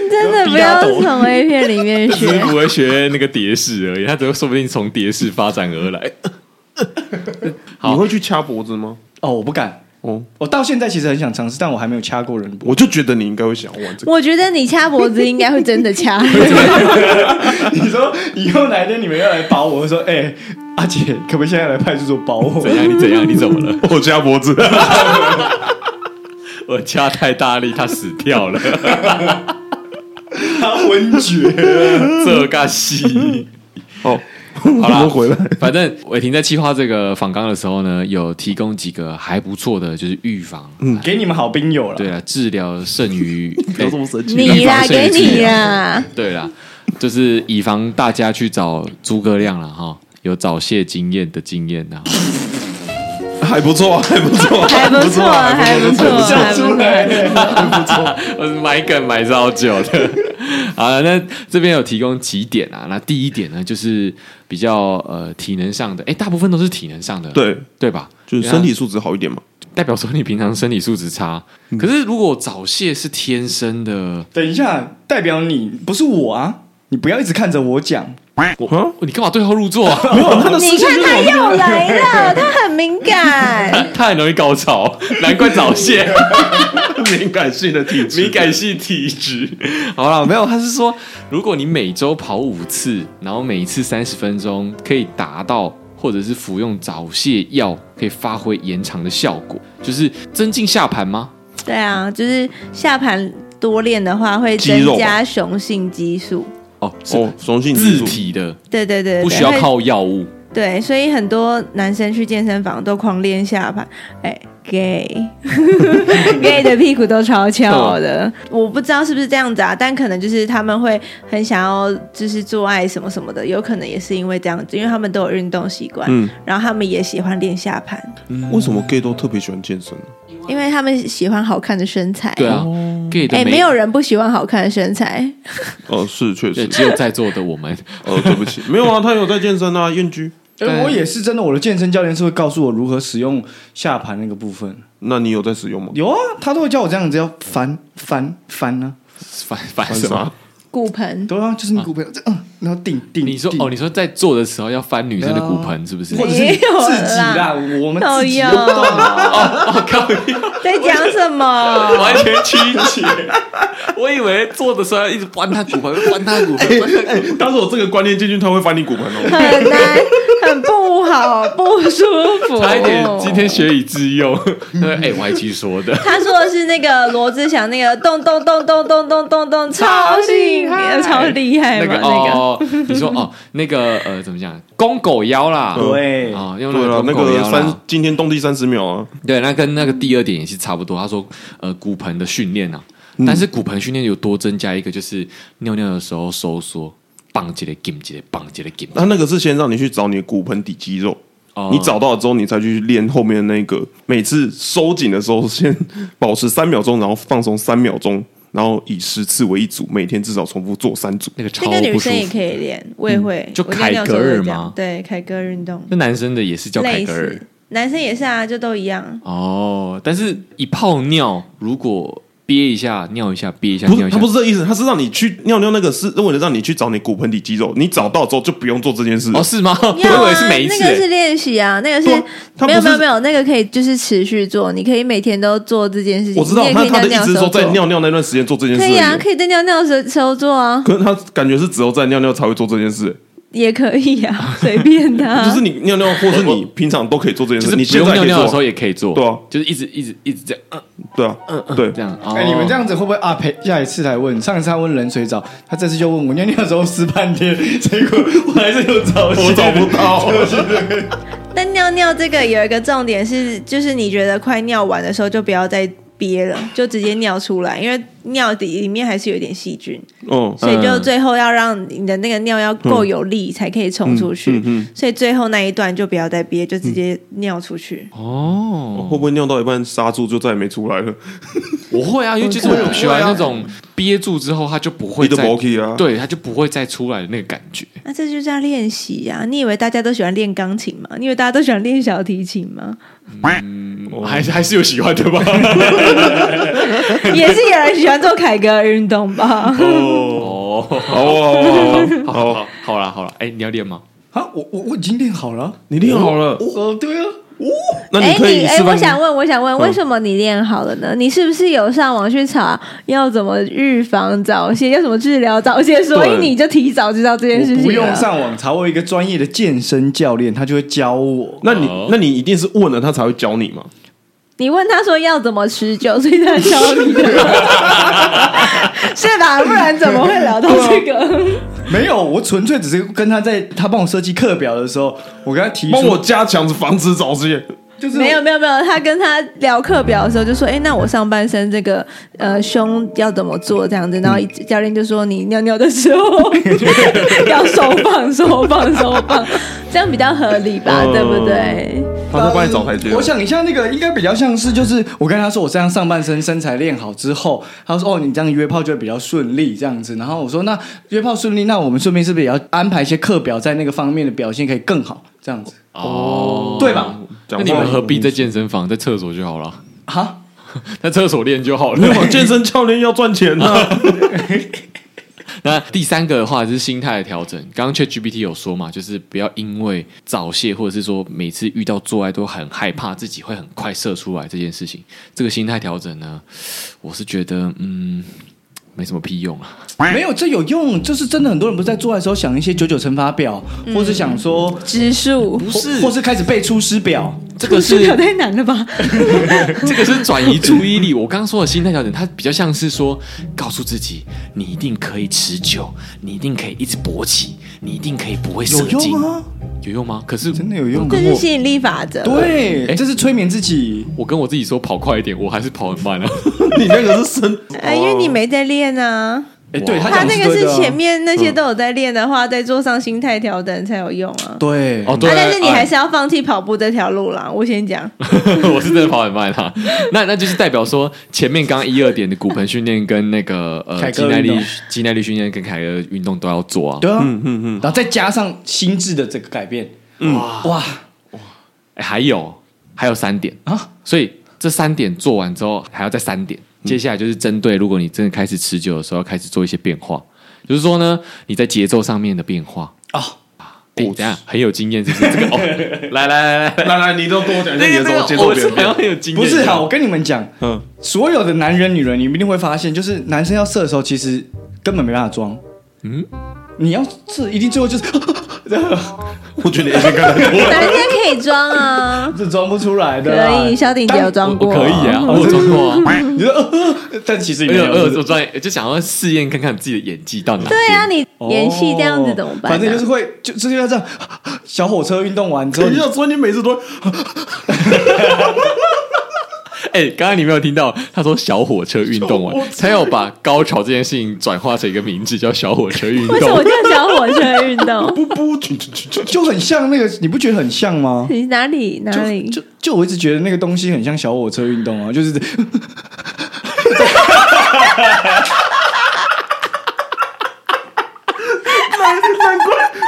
Speaker 4: 真的不要从 A 片里面
Speaker 3: 只 是
Speaker 4: 学。
Speaker 3: 不会学那个蝶式而已，他只会说不定从蝶式发展而来。好
Speaker 2: 你会去掐脖子吗？
Speaker 1: 哦，我不敢，
Speaker 2: 哦，
Speaker 1: 我到现在其实很想尝试，但我还没有掐过人 脖。
Speaker 2: 我就觉得你应该会想要玩这个。
Speaker 4: 我觉得你掐脖子应该会真的掐，
Speaker 1: 你说以后哪一天你们要来保我，我说哎、阿姐，可不可以现在来派出所保我？
Speaker 3: 怎样？你怎样？你怎么了？
Speaker 2: 我掐脖子，
Speaker 3: 我掐太大力，他死掉了。
Speaker 1: 他昏厥，
Speaker 3: 这个戏。
Speaker 2: 哦，
Speaker 3: 好
Speaker 2: 我
Speaker 3: 啦，
Speaker 2: 们回来。
Speaker 3: 反正伟霆在计划这个访纲的时候呢，有提供几个还不错的，就是预防，
Speaker 1: 给你们好兵友了。
Speaker 3: 对啊，治疗剩 余，
Speaker 2: 不要这么神奇，
Speaker 4: 你啦，给你啦，
Speaker 3: 对啦，就是以防大家去找诸葛亮了哈，有早泄经验的经验啊，
Speaker 2: 还不错，还不错，
Speaker 4: 还不错，还不错，还
Speaker 1: 笑
Speaker 4: 不
Speaker 1: 出来
Speaker 4: 错。
Speaker 1: 了，
Speaker 3: 我 是买梗买超久的。 好了，那这边有提供几点啊？那第一点呢，就是比较呃体能上的，哎，大部分都是体能上的，
Speaker 2: 对，
Speaker 3: 对吧？
Speaker 2: 就是身体素质好一点嘛。
Speaker 3: 代表说你平常身体素质差。可是如果早泄是天生的，
Speaker 1: 等一下，代表你不是我啊，你不要一直看着我讲。
Speaker 2: 啊，
Speaker 3: 你干嘛对号入座 啊？
Speaker 4: 你看他又来了，他很敏感。
Speaker 3: 他很容易高潮，难怪早泄，
Speaker 2: 敏感性的体 质，
Speaker 3: 敏感性体质。好了，没有，他是说，如果你每周跑五次，然后每一次三十分钟，可以达到。或者是服用早泄药可以发挥延长的效果，就是增进下盘吗？
Speaker 4: 对啊，就是下盘多练的话，会
Speaker 2: 肌肉
Speaker 4: 增
Speaker 2: 吧
Speaker 4: 加雄性激素。
Speaker 3: 哦，是
Speaker 2: 哦，雄性激
Speaker 3: 自
Speaker 2: 素，
Speaker 3: 体的，
Speaker 4: 对对对，对
Speaker 3: 不需要。
Speaker 4: 会
Speaker 3: 靠药物。
Speaker 4: 对，所以很多男生去健身房都狂练下盘，哎，gay，gay 的屁股都超翘的。我不知道是不是这样子啊，但可能就是他们会很想要就是做爱什么什么的，有可能也是因为这样子，因为他们都有运动习惯，
Speaker 2: 嗯
Speaker 4: 然后他们也喜欢练下盘，
Speaker 2: 为什么 gay 都特别喜欢健身呢？
Speaker 4: 因为他们喜欢好看的身材。
Speaker 3: 对啊、g a y 的
Speaker 4: 哎，
Speaker 3: 美
Speaker 4: 没有人不喜欢好看的身材。
Speaker 2: 哦，是确
Speaker 3: 对，
Speaker 2: 实，
Speaker 3: 只有在座的我们。
Speaker 2: 哦，对不 起，没有啊，他有在健身啊，燕居。
Speaker 1: 哎，我也是真的，我的健身教练是会告诉我如何使用下盘那个部分。
Speaker 2: 那你有在使用吗？
Speaker 1: 有啊，他都会叫我这样子要翻翻翻啊呢、
Speaker 3: 反反
Speaker 2: 翻
Speaker 3: 什么
Speaker 2: 啥？？
Speaker 4: 骨盆
Speaker 1: 啊，，对啊，就是你股票这样，嗯，然后顶顶，
Speaker 3: 你说
Speaker 1: 顶
Speaker 3: 哦，你说在做的时候要翻女生的骨
Speaker 4: 啊
Speaker 3: 盆是不是？
Speaker 1: 或者是你自己 啦，我们自己
Speaker 4: 哎
Speaker 1: 都
Speaker 4: 呦
Speaker 1: 不懂啊，
Speaker 4: 在讲什 么？
Speaker 3: 完全曲解，我以为做的时候要一直翻她骨盆，翻她 骨盆，翻她骨盆。
Speaker 2: 当时我这个观念进去，他会翻你骨盆哦。
Speaker 4: 很难，很不好，不舒
Speaker 3: 哎
Speaker 4: 服。
Speaker 3: 差一点，今天学以致用。哦 对，哎、我还记说 的，
Speaker 4: 他说的是那个罗志祥那个咚咚咚咚咚咚咚咚，超厉害，超厉害
Speaker 2: 哎
Speaker 3: 那
Speaker 4: 嘛
Speaker 3: 个
Speaker 4: 哎那
Speaker 3: 哦，你说哦，那个呃，怎么讲？公狗腰啦，
Speaker 1: 对
Speaker 3: 啊、用那
Speaker 2: 对
Speaker 3: 个
Speaker 2: 了，那
Speaker 3: 公狗
Speaker 2: 个
Speaker 3: 腰啦
Speaker 2: 三，今天动地三十秒啊，
Speaker 3: 对，那跟那个第二点也是差不多。他说，呃，骨盆嗯的训练啊，但是骨盆训练有多增加一个，就是尿尿的时候收缩。棒一个劲，一个棒一个劲。
Speaker 2: 那那个是先让你去找你的骨盆底肌肉，
Speaker 3: 哦
Speaker 2: 你找到了之后，你才去练后面那个。每次收紧的时候，先保持三秒钟，然后放松三秒钟，然后以十次为一组，每天至少重复做三组。
Speaker 3: 那个超
Speaker 4: 那个女
Speaker 3: 不舒
Speaker 4: 生也
Speaker 3: 服
Speaker 4: 可。以练，我也
Speaker 2: 嗯
Speaker 4: 会，
Speaker 3: 就
Speaker 4: 我练
Speaker 3: 凯
Speaker 4: 有时候
Speaker 3: 格
Speaker 4: 会
Speaker 3: 尔
Speaker 4: 这样
Speaker 3: 吗
Speaker 4: 对，凯格尔运动
Speaker 3: 那男生的也是叫凯
Speaker 4: 类
Speaker 3: 格尔
Speaker 4: 似，男生也是啊，就都一样。
Speaker 3: 哦，但是一泡尿如果憋一下尿一下憋一下
Speaker 2: 不是，
Speaker 3: 尿一
Speaker 2: 他
Speaker 3: 下，
Speaker 2: 不是这个意思，他是让你去尿尿，那个是为了让你去找你骨盆底肌肉。你找到之后就不用做这件事。
Speaker 3: 哦是吗？我
Speaker 4: 要
Speaker 3: 以为
Speaker 4: 啊
Speaker 3: 是每一次、
Speaker 4: 那
Speaker 3: 欸
Speaker 4: 个是练习啊，那个
Speaker 2: 对啊
Speaker 4: 是
Speaker 2: 他不
Speaker 4: 没
Speaker 2: 是
Speaker 4: 有没有没有，那个可以就是持续做，你可以每天都做这件事情。
Speaker 2: 我知道
Speaker 4: 你也
Speaker 2: 他
Speaker 4: 可以
Speaker 2: 他
Speaker 4: 在
Speaker 2: 的意
Speaker 4: 尿
Speaker 2: 思
Speaker 4: 时
Speaker 2: 是
Speaker 4: 候
Speaker 2: 说，
Speaker 4: 做
Speaker 2: 在尿尿那段时间做这件事
Speaker 4: 可
Speaker 2: 而已。
Speaker 4: 以啊，可以在尿尿的时时候做啊，
Speaker 2: 可是他感觉是只有在尿尿才会做这件事、
Speaker 4: 也可以 啊，随便的啊。
Speaker 2: 就是你尿尿，或是你平常都可以做这件
Speaker 3: 啊就
Speaker 2: 事。
Speaker 3: 是
Speaker 2: 你
Speaker 3: 不
Speaker 2: 现
Speaker 3: 用
Speaker 2: 在
Speaker 3: 尿
Speaker 2: 可以
Speaker 3: 尿
Speaker 2: 做
Speaker 3: 的时候也可以做，
Speaker 2: 对啊
Speaker 3: 就是一直一直一直这样，嗯
Speaker 2: 对啊，对
Speaker 3: 这。样。哦
Speaker 1: 哎、你们这样子会不会啊？呸！下一次来问，上一次他问冷水澡，他这次就问我尿尿的时候湿半天，结果我还是有找鞋，
Speaker 2: 我找不到
Speaker 4: 但尿尿这个有一个重点是，就是你觉得快尿完的时候，就不要再憋了，就直接尿出来，因为尿底里面还是有点细菌，
Speaker 2: 嗯，
Speaker 4: 所以就最后要让你的那个尿要够有力才可以冲出去。
Speaker 2: 嗯嗯
Speaker 4: 所以最后那一段就不要再憋，就直接尿出去。
Speaker 2: 嗯
Speaker 3: 哦，
Speaker 2: 会不会尿到一半刹住就再也没出来了？
Speaker 3: 我会啊，因为其实我不喜欢那种憋住之后它就不会
Speaker 2: 你的
Speaker 3: 再
Speaker 2: OK 啊，，
Speaker 3: 对它就不会再出来的那个感觉。
Speaker 4: 那、这就叫练习呀、你以为大家都喜欢练钢琴吗？你以为大家都喜欢练小提琴吗？
Speaker 3: 嗯还是还是有喜欢 的吧？
Speaker 4: 也是有人喜欢做凯格尔运动吧？
Speaker 3: 哦，
Speaker 2: 好啊， 好啊好啊，
Speaker 3: 好，好啦好啦，哎，你要练吗？
Speaker 1: 啊！我我我已经练好了，啊
Speaker 2: 你练好了，
Speaker 1: 哦，对啊，
Speaker 2: 那
Speaker 4: 哎，
Speaker 2: 可以
Speaker 4: 你哎、
Speaker 2: 示
Speaker 4: 我
Speaker 2: 范。
Speaker 4: 想问，我想问，为什么你练好了呢？你是不是有上网去查要怎么预防早泄，要怎么治疗早泄，所以你就提早知道这件事情
Speaker 1: 我不
Speaker 4: 了？
Speaker 1: 用上网查，我有一个专业的健身教练，他就会教我。
Speaker 2: 那你那你一定是问了他才会教你嘛？
Speaker 4: 你问他说要怎么持久，所以他教你的，是吧？不然怎么会聊到这个？
Speaker 1: 没有，我纯粹只是跟他在他帮我设计课表的时候，我跟他提出
Speaker 2: 帮我加强防止早泄。
Speaker 1: 就是
Speaker 4: 没有没有没有，他跟他聊课表的时候就说：“哎、那我上半身这个呃胸要怎么做这样子？”然后教练就说：“你尿尿的时候 要收放收放收放，这样比较合理吧？
Speaker 3: 哦
Speaker 2: 嗯
Speaker 4: 对不对？”
Speaker 2: 他在帮你找台阶。
Speaker 1: 我想一下，那个应该比较像是，就是我跟他说我这样上半身身材练好之后，他说哦，你这样约炮就会比较顺利这样子。然后我说那约炮顺利，那我们顺便是不是也要安排一些课表，在那个方面的表现可以更好这样子？
Speaker 3: 哦，
Speaker 1: 对吧？
Speaker 2: 讲
Speaker 3: 那
Speaker 2: 话
Speaker 3: 你们何必在健身房，在厕所就好了，
Speaker 1: 哈，
Speaker 3: 在厕所练就好
Speaker 2: 没
Speaker 3: 了
Speaker 2: 有。嘛？健身教练要赚钱 啊。
Speaker 3: 那第三个的话就是心态的调整。刚刚 ChatGPT 有说嘛，就是不要因为早泄或者是说每次遇到做爱都很害怕自己会很快射出来这件事情，这个心态调整呢，我是觉得嗯没什么屁 用啊。
Speaker 1: 没有这有用，就是真的很多人不是在做爱的时候想一些九九乘法表，
Speaker 2: 嗯
Speaker 1: 或是想说。
Speaker 4: 指数。
Speaker 1: 不是，或是开始背出师表，
Speaker 3: 这个
Speaker 4: 指
Speaker 3: 是
Speaker 4: 数表太难 了吧？
Speaker 3: 这个是转移注意力。我刚刚说的心态调整，它比较像是说，告诉自己你一定可以持久，你一定可以一直勃起，你一定可以不
Speaker 2: 哎
Speaker 3: 会射
Speaker 1: 有
Speaker 3: 精，
Speaker 1: 用吗？
Speaker 3: 有用吗？可是
Speaker 1: 真的有用
Speaker 4: 这
Speaker 1: 吗？
Speaker 4: 是吸引力法则。
Speaker 1: 对，
Speaker 3: 哎
Speaker 1: 这是催眠自己。
Speaker 3: 我跟我自己说跑快一点，我还是跑很慢 啊。
Speaker 2: 你那个是哦身，
Speaker 4: 哎，因为你没在练啊。
Speaker 1: 哎，对
Speaker 3: 哇
Speaker 1: 他
Speaker 4: 他
Speaker 1: 讲的
Speaker 4: 那个
Speaker 1: 对
Speaker 4: 是
Speaker 1: 的啊
Speaker 4: 前面那些都有在练的话，再做上心态调整才有用啊。
Speaker 1: 对
Speaker 3: 哦，
Speaker 4: 啊
Speaker 3: 嗯对，
Speaker 4: 但是你
Speaker 3: 哎
Speaker 4: 还是要放弃跑步这条路啦。我先讲，
Speaker 3: 我是真的跑很慢哈， 那那就是代表说，前面刚一二点的骨盆训练跟那个呃
Speaker 1: 凯
Speaker 3: 肌
Speaker 1: 歌
Speaker 3: 耐
Speaker 1: 运动
Speaker 3: 力、肌耐力训练跟凯格运动都要做啊。
Speaker 1: 对啊，
Speaker 2: 嗯嗯嗯，
Speaker 1: 然后再加上心智的这个改变，哇嗯哇
Speaker 3: 哎还有还有三点，
Speaker 1: 啊！嗯
Speaker 3: 所以这三点做完之后，还要再三点。接下来就是针对，如果你真的开始持久的时候，要开始做一些变化，就是说呢，你在节奏上面的变化。
Speaker 1: 哦，
Speaker 3: 哎，等一下很有经验，是不是？这个 哦，来来来来，
Speaker 2: 来来，你都跟我讲一下你的怎么接
Speaker 3: 我
Speaker 2: 受别
Speaker 3: 是
Speaker 2: 人
Speaker 3: 好。像很有经验，
Speaker 1: 不是好，我跟你们讲，
Speaker 2: 嗯，
Speaker 1: 所有的男人、女人，你们一定会发现，就是男生要射的时候，其实根本没办法装。
Speaker 3: 嗯
Speaker 1: 嗯，你要射，一定最后就是
Speaker 2: 我觉得你 A 片看太多了。
Speaker 4: 哪一天可以装啊？
Speaker 1: 是装不出来的啦。
Speaker 4: 可以，萧鼎杰有
Speaker 3: 我
Speaker 4: 装过，
Speaker 3: 我可以啊，我有装过啊，
Speaker 1: 你说 呃，呃但其实
Speaker 3: 我
Speaker 1: 也没
Speaker 3: 有
Speaker 1: 有。
Speaker 3: 哎我
Speaker 1: 是
Speaker 3: 有
Speaker 1: 不是
Speaker 3: 专业，就想要试验看看自己的演技到哪。
Speaker 4: 对啊，，你
Speaker 1: 呃
Speaker 4: 演戏这样子怎么
Speaker 1: 哦
Speaker 4: 办啊？
Speaker 1: 反正就是会，就就是要这样。哎小火车运动完之后，
Speaker 2: 等一
Speaker 1: 你
Speaker 2: 下，所以你每次都
Speaker 3: 哎、刚刚你没有听到，他说小火车运动
Speaker 2: 小火
Speaker 3: 完，
Speaker 2: 车
Speaker 3: 才有把高潮这件事情转化成一个名字叫小火车运
Speaker 4: 为什
Speaker 3: 动。
Speaker 4: 么叫小火车运 动？
Speaker 2: 不不，啾啾啾啾
Speaker 1: 就很像那个，你不觉得很像吗？
Speaker 4: 你哪里哪里
Speaker 1: 就就就我一直觉得那个东西很像小火车运动啊，就是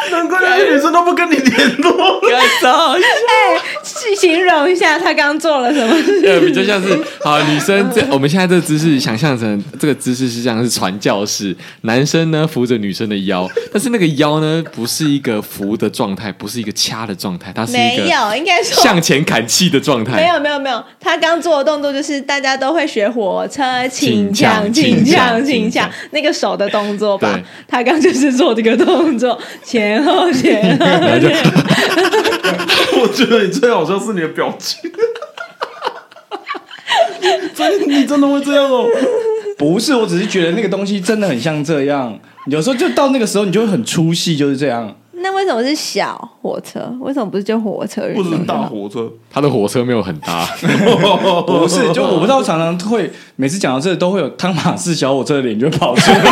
Speaker 2: 难怪那些女生都不跟你联络。
Speaker 4: 哎去形容一下他刚做了什么事？
Speaker 3: 呃，比较像是好女生这，我们现在这个姿势想象成这个姿势是像是传教士，男生呢扶着女生的腰，但是那个腰呢不是一个扶的状态，不是一个掐的状态，它是一
Speaker 4: 没
Speaker 3: 个
Speaker 4: 有，应该说
Speaker 3: 向前砍气的状态。
Speaker 4: 没有没有没有，他刚做的动作就是大家都会学火车请
Speaker 3: 请抢
Speaker 4: 抢
Speaker 3: 请
Speaker 4: 请抢
Speaker 3: 抢
Speaker 4: 请
Speaker 3: 请
Speaker 4: 抢
Speaker 3: 抢
Speaker 4: 那个手的动作吧
Speaker 3: 对。
Speaker 4: 他刚就是做这个动作，前后前 后前后。
Speaker 2: 我觉得你最好笑是你的表情，真你真的会这样哦。
Speaker 1: 不是，我只是觉得那个东西真的很像这样。有时候就到那个时候，你就会很出戏，就是这样。
Speaker 4: 那为什么是小火车？为什么不是就火车运
Speaker 2: 不
Speaker 4: 动
Speaker 2: 只
Speaker 4: 就是
Speaker 2: 大
Speaker 4: 好？
Speaker 2: 火车，
Speaker 3: 他的火车没有很 大，
Speaker 1: 不是，就我不知道，常常会每次讲到这都会有汤马士小火车的脸就会跑出来。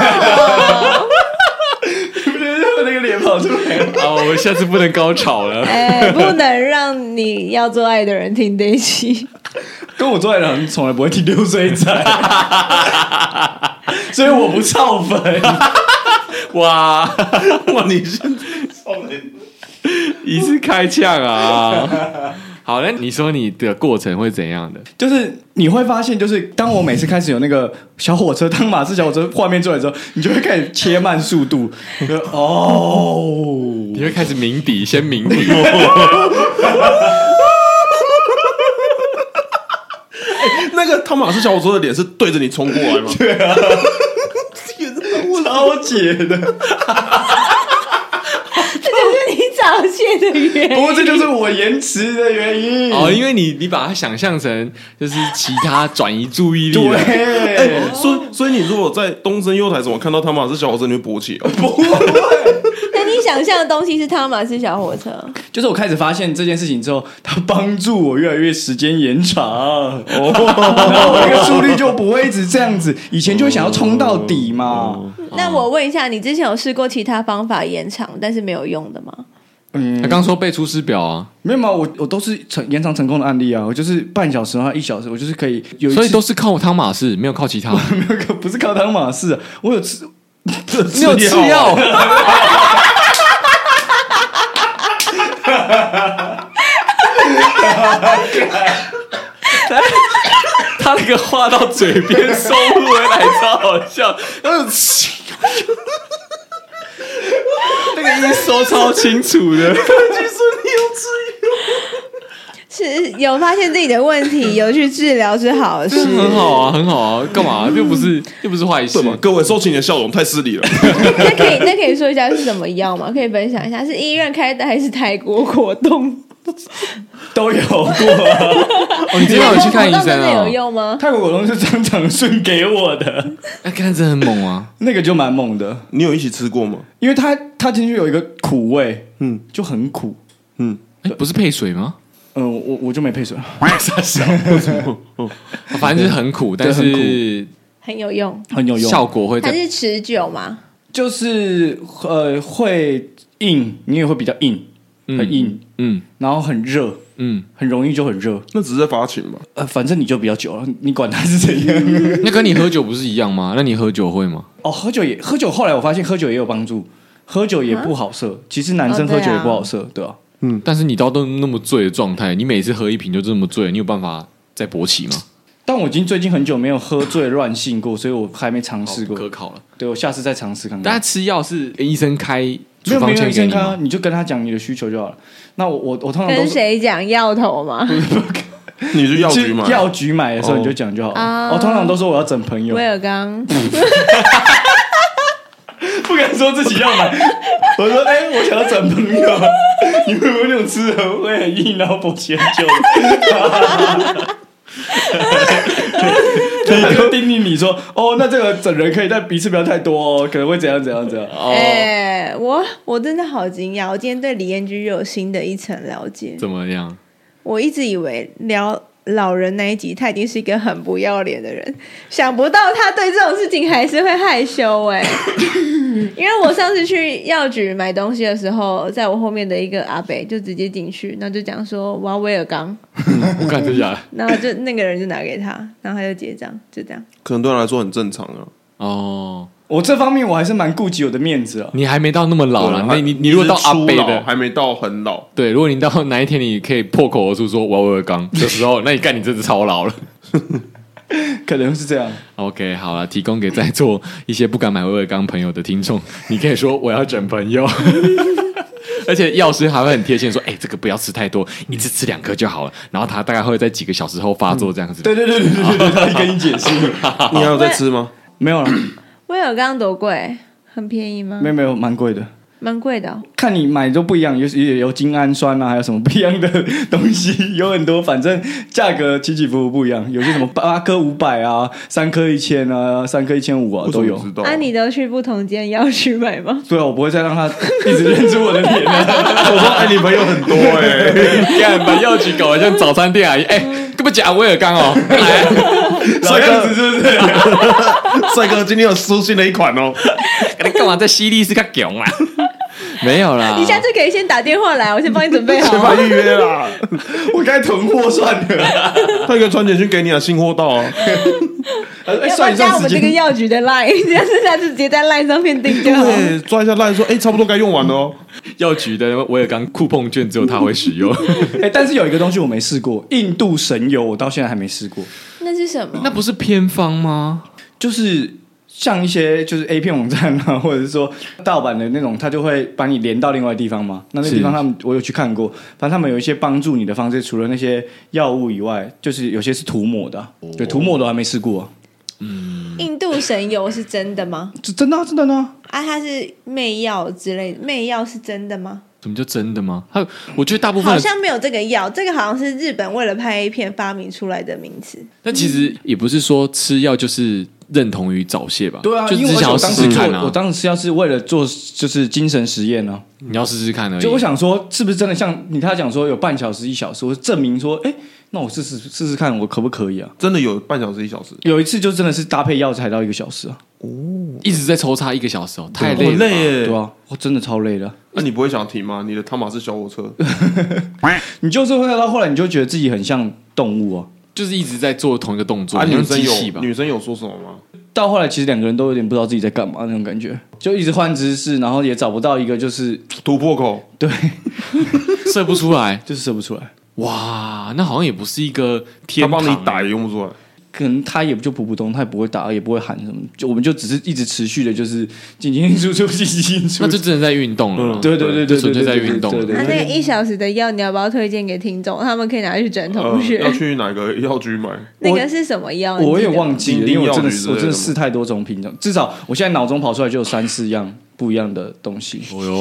Speaker 4: 哎
Speaker 1: 你不觉得他们那个脸跑出来？
Speaker 3: 啊，我们下次不能高潮了。
Speaker 4: 哎，不能让你要做爱的人听这一 期。
Speaker 1: 跟我做爱的人从来不会听流水仔， 所以我不操粉。
Speaker 3: 哇，
Speaker 2: 哇！你是操你！
Speaker 3: 一次开枪啊！好，那你说你的过程会怎样的？
Speaker 1: 就是你会发现，就是当我每次开始有那个小火车、当马式小火车画面出来之后，你就会开始切慢速 度。就哦，
Speaker 3: 你会开始鸣笛，先鸣笛。
Speaker 2: 那个汤马斯小火车的脸是对着你冲过来吗？对啊，
Speaker 1: 超解的，
Speaker 4: 这就是你早泄的原
Speaker 1: 不
Speaker 4: 因。
Speaker 1: 过这就是我延迟的原因。
Speaker 3: 哦，因为你你把它想象成就是其他转移注意力了。哎
Speaker 1: 对，
Speaker 2: 所以所以你如果在东森优台怎么看到汤马斯小火车，你会勃起哦。
Speaker 4: 那你想象的东西是汤马斯小火 车，
Speaker 3: 哦
Speaker 1: 就是我开始发现这件事情之后，它帮助我越来越时间延长，哦，然后我那个速率就不会一直这样子。以前就会想要冲到底
Speaker 3: 哦
Speaker 1: 嘛，
Speaker 4: 那我问一下，你之前有试过其他方法延长，但是没有用的吗？
Speaker 3: 他刚说背出师表啊，
Speaker 1: 没有嘛，我我都是成延长成功的案例啊，我就是半小时然后一小时，我就是可以有一次，
Speaker 3: 所以都是靠汤马士，没有靠其他。
Speaker 1: 那个不是靠汤马士、啊，我有 吃，
Speaker 3: 你有吃药？他那个话到嘴边收不回来，超好笑。然后吃 那个音收超清楚的。
Speaker 4: 是有发现自己的问题，有去治疗是好事。
Speaker 3: 很好啊，很好啊，干嘛、又不是又不是坏事
Speaker 2: 对。嘛？各位收起你的笑容，太失礼了。
Speaker 4: 那可以，那可以说一下是什么药吗？可以分享一下，是医院开的还是泰国果冻？
Speaker 1: 都有过、
Speaker 3: 哦，你今天有去看医
Speaker 4: 泰国
Speaker 3: 生
Speaker 4: 果冻真的有
Speaker 3: 啊？
Speaker 4: 用吗？
Speaker 1: 泰国果冻是张长顺给我的，
Speaker 3: 那哎看真的很猛啊！
Speaker 1: 那个就蛮猛的，
Speaker 2: 你有一起吃过吗？
Speaker 1: 因为它它进去有一个苦味，
Speaker 2: 嗯
Speaker 1: 就很苦。
Speaker 2: 嗯，
Speaker 3: 哎，不是配水吗？
Speaker 1: 嗯，我我就没配水，
Speaker 3: 反正就是很苦，但
Speaker 1: 对很苦
Speaker 3: 是
Speaker 4: 很有用，
Speaker 1: 很有
Speaker 3: 效
Speaker 1: 用，
Speaker 3: 果会
Speaker 4: 它
Speaker 3: 在
Speaker 4: 是持久吗？
Speaker 1: 就是呃会硬，你也会比较硬，很硬，
Speaker 3: 嗯
Speaker 1: 然后很热，
Speaker 3: 嗯，
Speaker 1: 很容易就很热。
Speaker 2: 那只是在发情吧？
Speaker 1: 呃，反正你就比较久了，你管它是怎样。
Speaker 3: 那跟你喝酒不是一样吗？那你喝酒会吗？
Speaker 1: 哦，喝酒也喝酒，后来我发现喝酒也有帮助，喝酒也不好射。其实男生
Speaker 4: 啊哦对啊
Speaker 1: 喝酒也不好射，对啊。
Speaker 3: 但是你到都那么醉的状态，你每次喝一瓶就这么醉，你有办法再勃起吗？
Speaker 1: 但我已经最近很久没有喝醉乱性过，所以我还没尝试
Speaker 3: 好可
Speaker 1: 过。
Speaker 3: 考了。
Speaker 1: 对，我下次再尝试看
Speaker 3: 大家
Speaker 1: 看。
Speaker 3: 吃药是医生开
Speaker 1: 没
Speaker 3: 处
Speaker 1: 有没
Speaker 3: 方
Speaker 1: 有，
Speaker 3: 签给
Speaker 1: 健
Speaker 3: 你
Speaker 1: 康啊
Speaker 3: 吗？
Speaker 1: 你就跟他讲你的需求就好了。那我我我通常都
Speaker 4: 跟
Speaker 1: 是
Speaker 4: 谁讲药头吗？
Speaker 2: 你去药局
Speaker 1: 去
Speaker 2: 买？
Speaker 1: 药局买的时候
Speaker 2: 哦
Speaker 1: 你就讲就好了。
Speaker 4: 啊
Speaker 1: 我通常都说我要整朋友
Speaker 4: 威，尔刚，
Speaker 1: 不敢说自己要买。我说哎，我想要整朋友，你会不会那种吃的会很硬，然后勃起很久的？他就叮咛你说：“哦，那这个整人可以，但彼此不要太多哦，可能会怎样怎样怎样。”
Speaker 4: 哎、我我真的好惊讶，我今天对李彦居又有新的一层了解。
Speaker 3: 怎么样？
Speaker 4: 我一直以为聊老人那一集，他已经是一个很不要脸的人，想不到他对这种事情还是会害羞哎、因为我上次去药局买东西的时候，在我后面的一个阿北就直接进去，然后就讲说我要威尔刚，
Speaker 3: 我看真假的
Speaker 4: 然后就那个人就拿给他，然后他就结账，就这样。
Speaker 2: 可能对他来说很正常啊。
Speaker 3: 哦，
Speaker 1: 我这方面我还是蛮顾及我的面子啊。
Speaker 3: 你还没到那么老了，
Speaker 2: 对
Speaker 3: 那
Speaker 2: 还
Speaker 3: 你你如果到
Speaker 2: 只是
Speaker 3: 阿
Speaker 2: 初
Speaker 3: 贝
Speaker 2: 老
Speaker 3: 的，
Speaker 2: 还没到很老，
Speaker 3: 对，如果你到哪一天你可以破口而出说我要威尔刚的时候，那你干你真是超老了。
Speaker 1: 可能是这样。
Speaker 3: OK，好了，提供给在座一些不敢买威尔刚朋友的听 众，你可以说我要整朋 友，而且药师还会很贴心地说，哎、这个不要吃太多，一次吃两颗就好了。然后他大概会在几个小时后发作这样子。
Speaker 1: 对对对对对对，他会跟你解释。
Speaker 2: 你还有在吃吗？
Speaker 1: 没有了，
Speaker 4: 威尔刚多贵？很便宜吗
Speaker 1: 没？有没有，蛮贵的。
Speaker 4: 蛮贵的哦、
Speaker 1: 看你买都不一样，有有有精氨酸啊，还有什么不一样的东西， 有很多，反正价格起起伏伏不一样，有些什么八颗五百啊，三颗一千啊，三颗一千五啊，
Speaker 2: 我怎
Speaker 1: 都
Speaker 2: 么
Speaker 1: 有。
Speaker 2: 知道
Speaker 4: 啊，你都去不同间药局买吗？
Speaker 1: 对啊，我不会再让他一直认出我的脸了。
Speaker 2: 我说哎，你朋友很多哎，
Speaker 3: 干把药局搞得像早餐店阿姨，哎、根本讲威尔刚 哦，来，
Speaker 1: 这样子是不是？
Speaker 2: 帅哥 今天有出新的一款哦，
Speaker 3: 你干嘛在犀利是个囧啊？哎 没有啦，
Speaker 4: 你下次可以先打电话来，我先帮你准备好
Speaker 2: 先
Speaker 4: 哦。
Speaker 2: 把预约啦。
Speaker 1: 我该囤货算了。
Speaker 2: 他一个传简讯给你啊，新货到啊。
Speaker 1: 哎，
Speaker 4: 要不
Speaker 1: 算一
Speaker 4: 然加
Speaker 1: 算
Speaker 4: 我
Speaker 1: 时
Speaker 4: 们这个
Speaker 1: 间，
Speaker 4: 药局的 line，这样 子下次直接在 line 上面订就好。
Speaker 2: 对，抓一下烂说，哎，差不多该用完了哦。
Speaker 3: 药局的威尔刚酷碰券只有他会使 用，
Speaker 1: 哎，但是有一个东西我没试过，印度神油，我到现在还没试过。
Speaker 4: 那是什么？
Speaker 3: 那不是偏方吗？
Speaker 1: 就是像一些就是 A 片网站啊，或者是说盗版的那种，它就会把你连到另外地方嘛。那那
Speaker 3: 是
Speaker 1: 地方他们我有去看过，反正他们有一些帮助你的方式，除了那些药物以外，就是有些是涂抹的啊、对，涂抹的我还没试过啊、
Speaker 4: 印度神油是真的吗？
Speaker 1: 这真的、啊、真的呢、
Speaker 4: 啊，它是媚药之类的，媚药是真的吗？
Speaker 3: 什么叫真的吗？他我觉得大部分
Speaker 4: 好
Speaker 3: 的
Speaker 4: 像没有这个药，这个好像是日本为了拍 A 片发明出来的名词。
Speaker 3: 但其实也不是说吃药就是认同于早泄吧？
Speaker 1: 对啊，
Speaker 3: 就
Speaker 1: 因
Speaker 3: 只
Speaker 1: 为我
Speaker 3: 想要
Speaker 1: 当
Speaker 3: 试
Speaker 1: 时
Speaker 3: 试
Speaker 1: 做
Speaker 3: 看，啊
Speaker 1: 我。当时要是为了做就是精神实验呢、
Speaker 3: 你要试试看而已。
Speaker 1: 就我想说，是不是真的像你他讲说有半小时一小时，我证明说，哎，那我试试试试看，我可不可以啊？
Speaker 2: 真的有半小时一小时，
Speaker 1: 有一次就真的是搭配药材到一个小时啊，
Speaker 3: 一直在抽插一个小时哦，太累
Speaker 2: 好
Speaker 3: 了吧。
Speaker 2: 累
Speaker 1: 对
Speaker 2: 耶。
Speaker 1: 啊，我真的超累的啊。
Speaker 2: 那你不会想停吗？你的汤马士小火车，
Speaker 1: 你就是会到后来，你就觉得自己很像动物啊。
Speaker 3: 就是一直在做同一个动作，
Speaker 2: 啊，
Speaker 3: 很
Speaker 2: 女
Speaker 3: 像
Speaker 2: 生
Speaker 3: 机器吧
Speaker 2: 有？女生有说什么吗？
Speaker 1: 到后来，其实两个人都有点不知道自己在干嘛那种感觉，就一直换姿势，然后也找不到一个就是
Speaker 2: 突破口，
Speaker 1: 对，
Speaker 3: 射不出来，
Speaker 1: 就是射不出来。
Speaker 3: 哇，那好像也不是一个
Speaker 2: 他
Speaker 3: 天堂
Speaker 2: 帮你打也用不出来。
Speaker 1: 可能他也就不不动，他也不会打，也不会喊什么，就我们就只是一直持续的，就是 进进出出，进进出
Speaker 3: 那
Speaker 1: 出
Speaker 3: 就。真的在运动了啦。
Speaker 1: 对对对对
Speaker 3: 就
Speaker 1: 对，
Speaker 3: 纯粹在
Speaker 1: 对对
Speaker 3: 运动
Speaker 1: 对对对
Speaker 4: 那、啊那个
Speaker 1: 对
Speaker 4: 一小时的药，你要不要推荐给听众？他们可以拿去整
Speaker 2: 呃
Speaker 4: 同学。
Speaker 2: 要去哪个药局买？
Speaker 4: 那个是什么药？
Speaker 1: 哦我也
Speaker 4: 你记得吗
Speaker 1: 忘记了，
Speaker 2: 丁
Speaker 1: 因为
Speaker 2: 丁
Speaker 1: 我
Speaker 2: 药
Speaker 1: 真的
Speaker 2: 女之类
Speaker 1: 我真
Speaker 2: 的
Speaker 1: 的
Speaker 2: 吗
Speaker 1: 试太多种品种，至少我现在脑中跑出来就有三四样不一样的东西，
Speaker 3: 哦哟，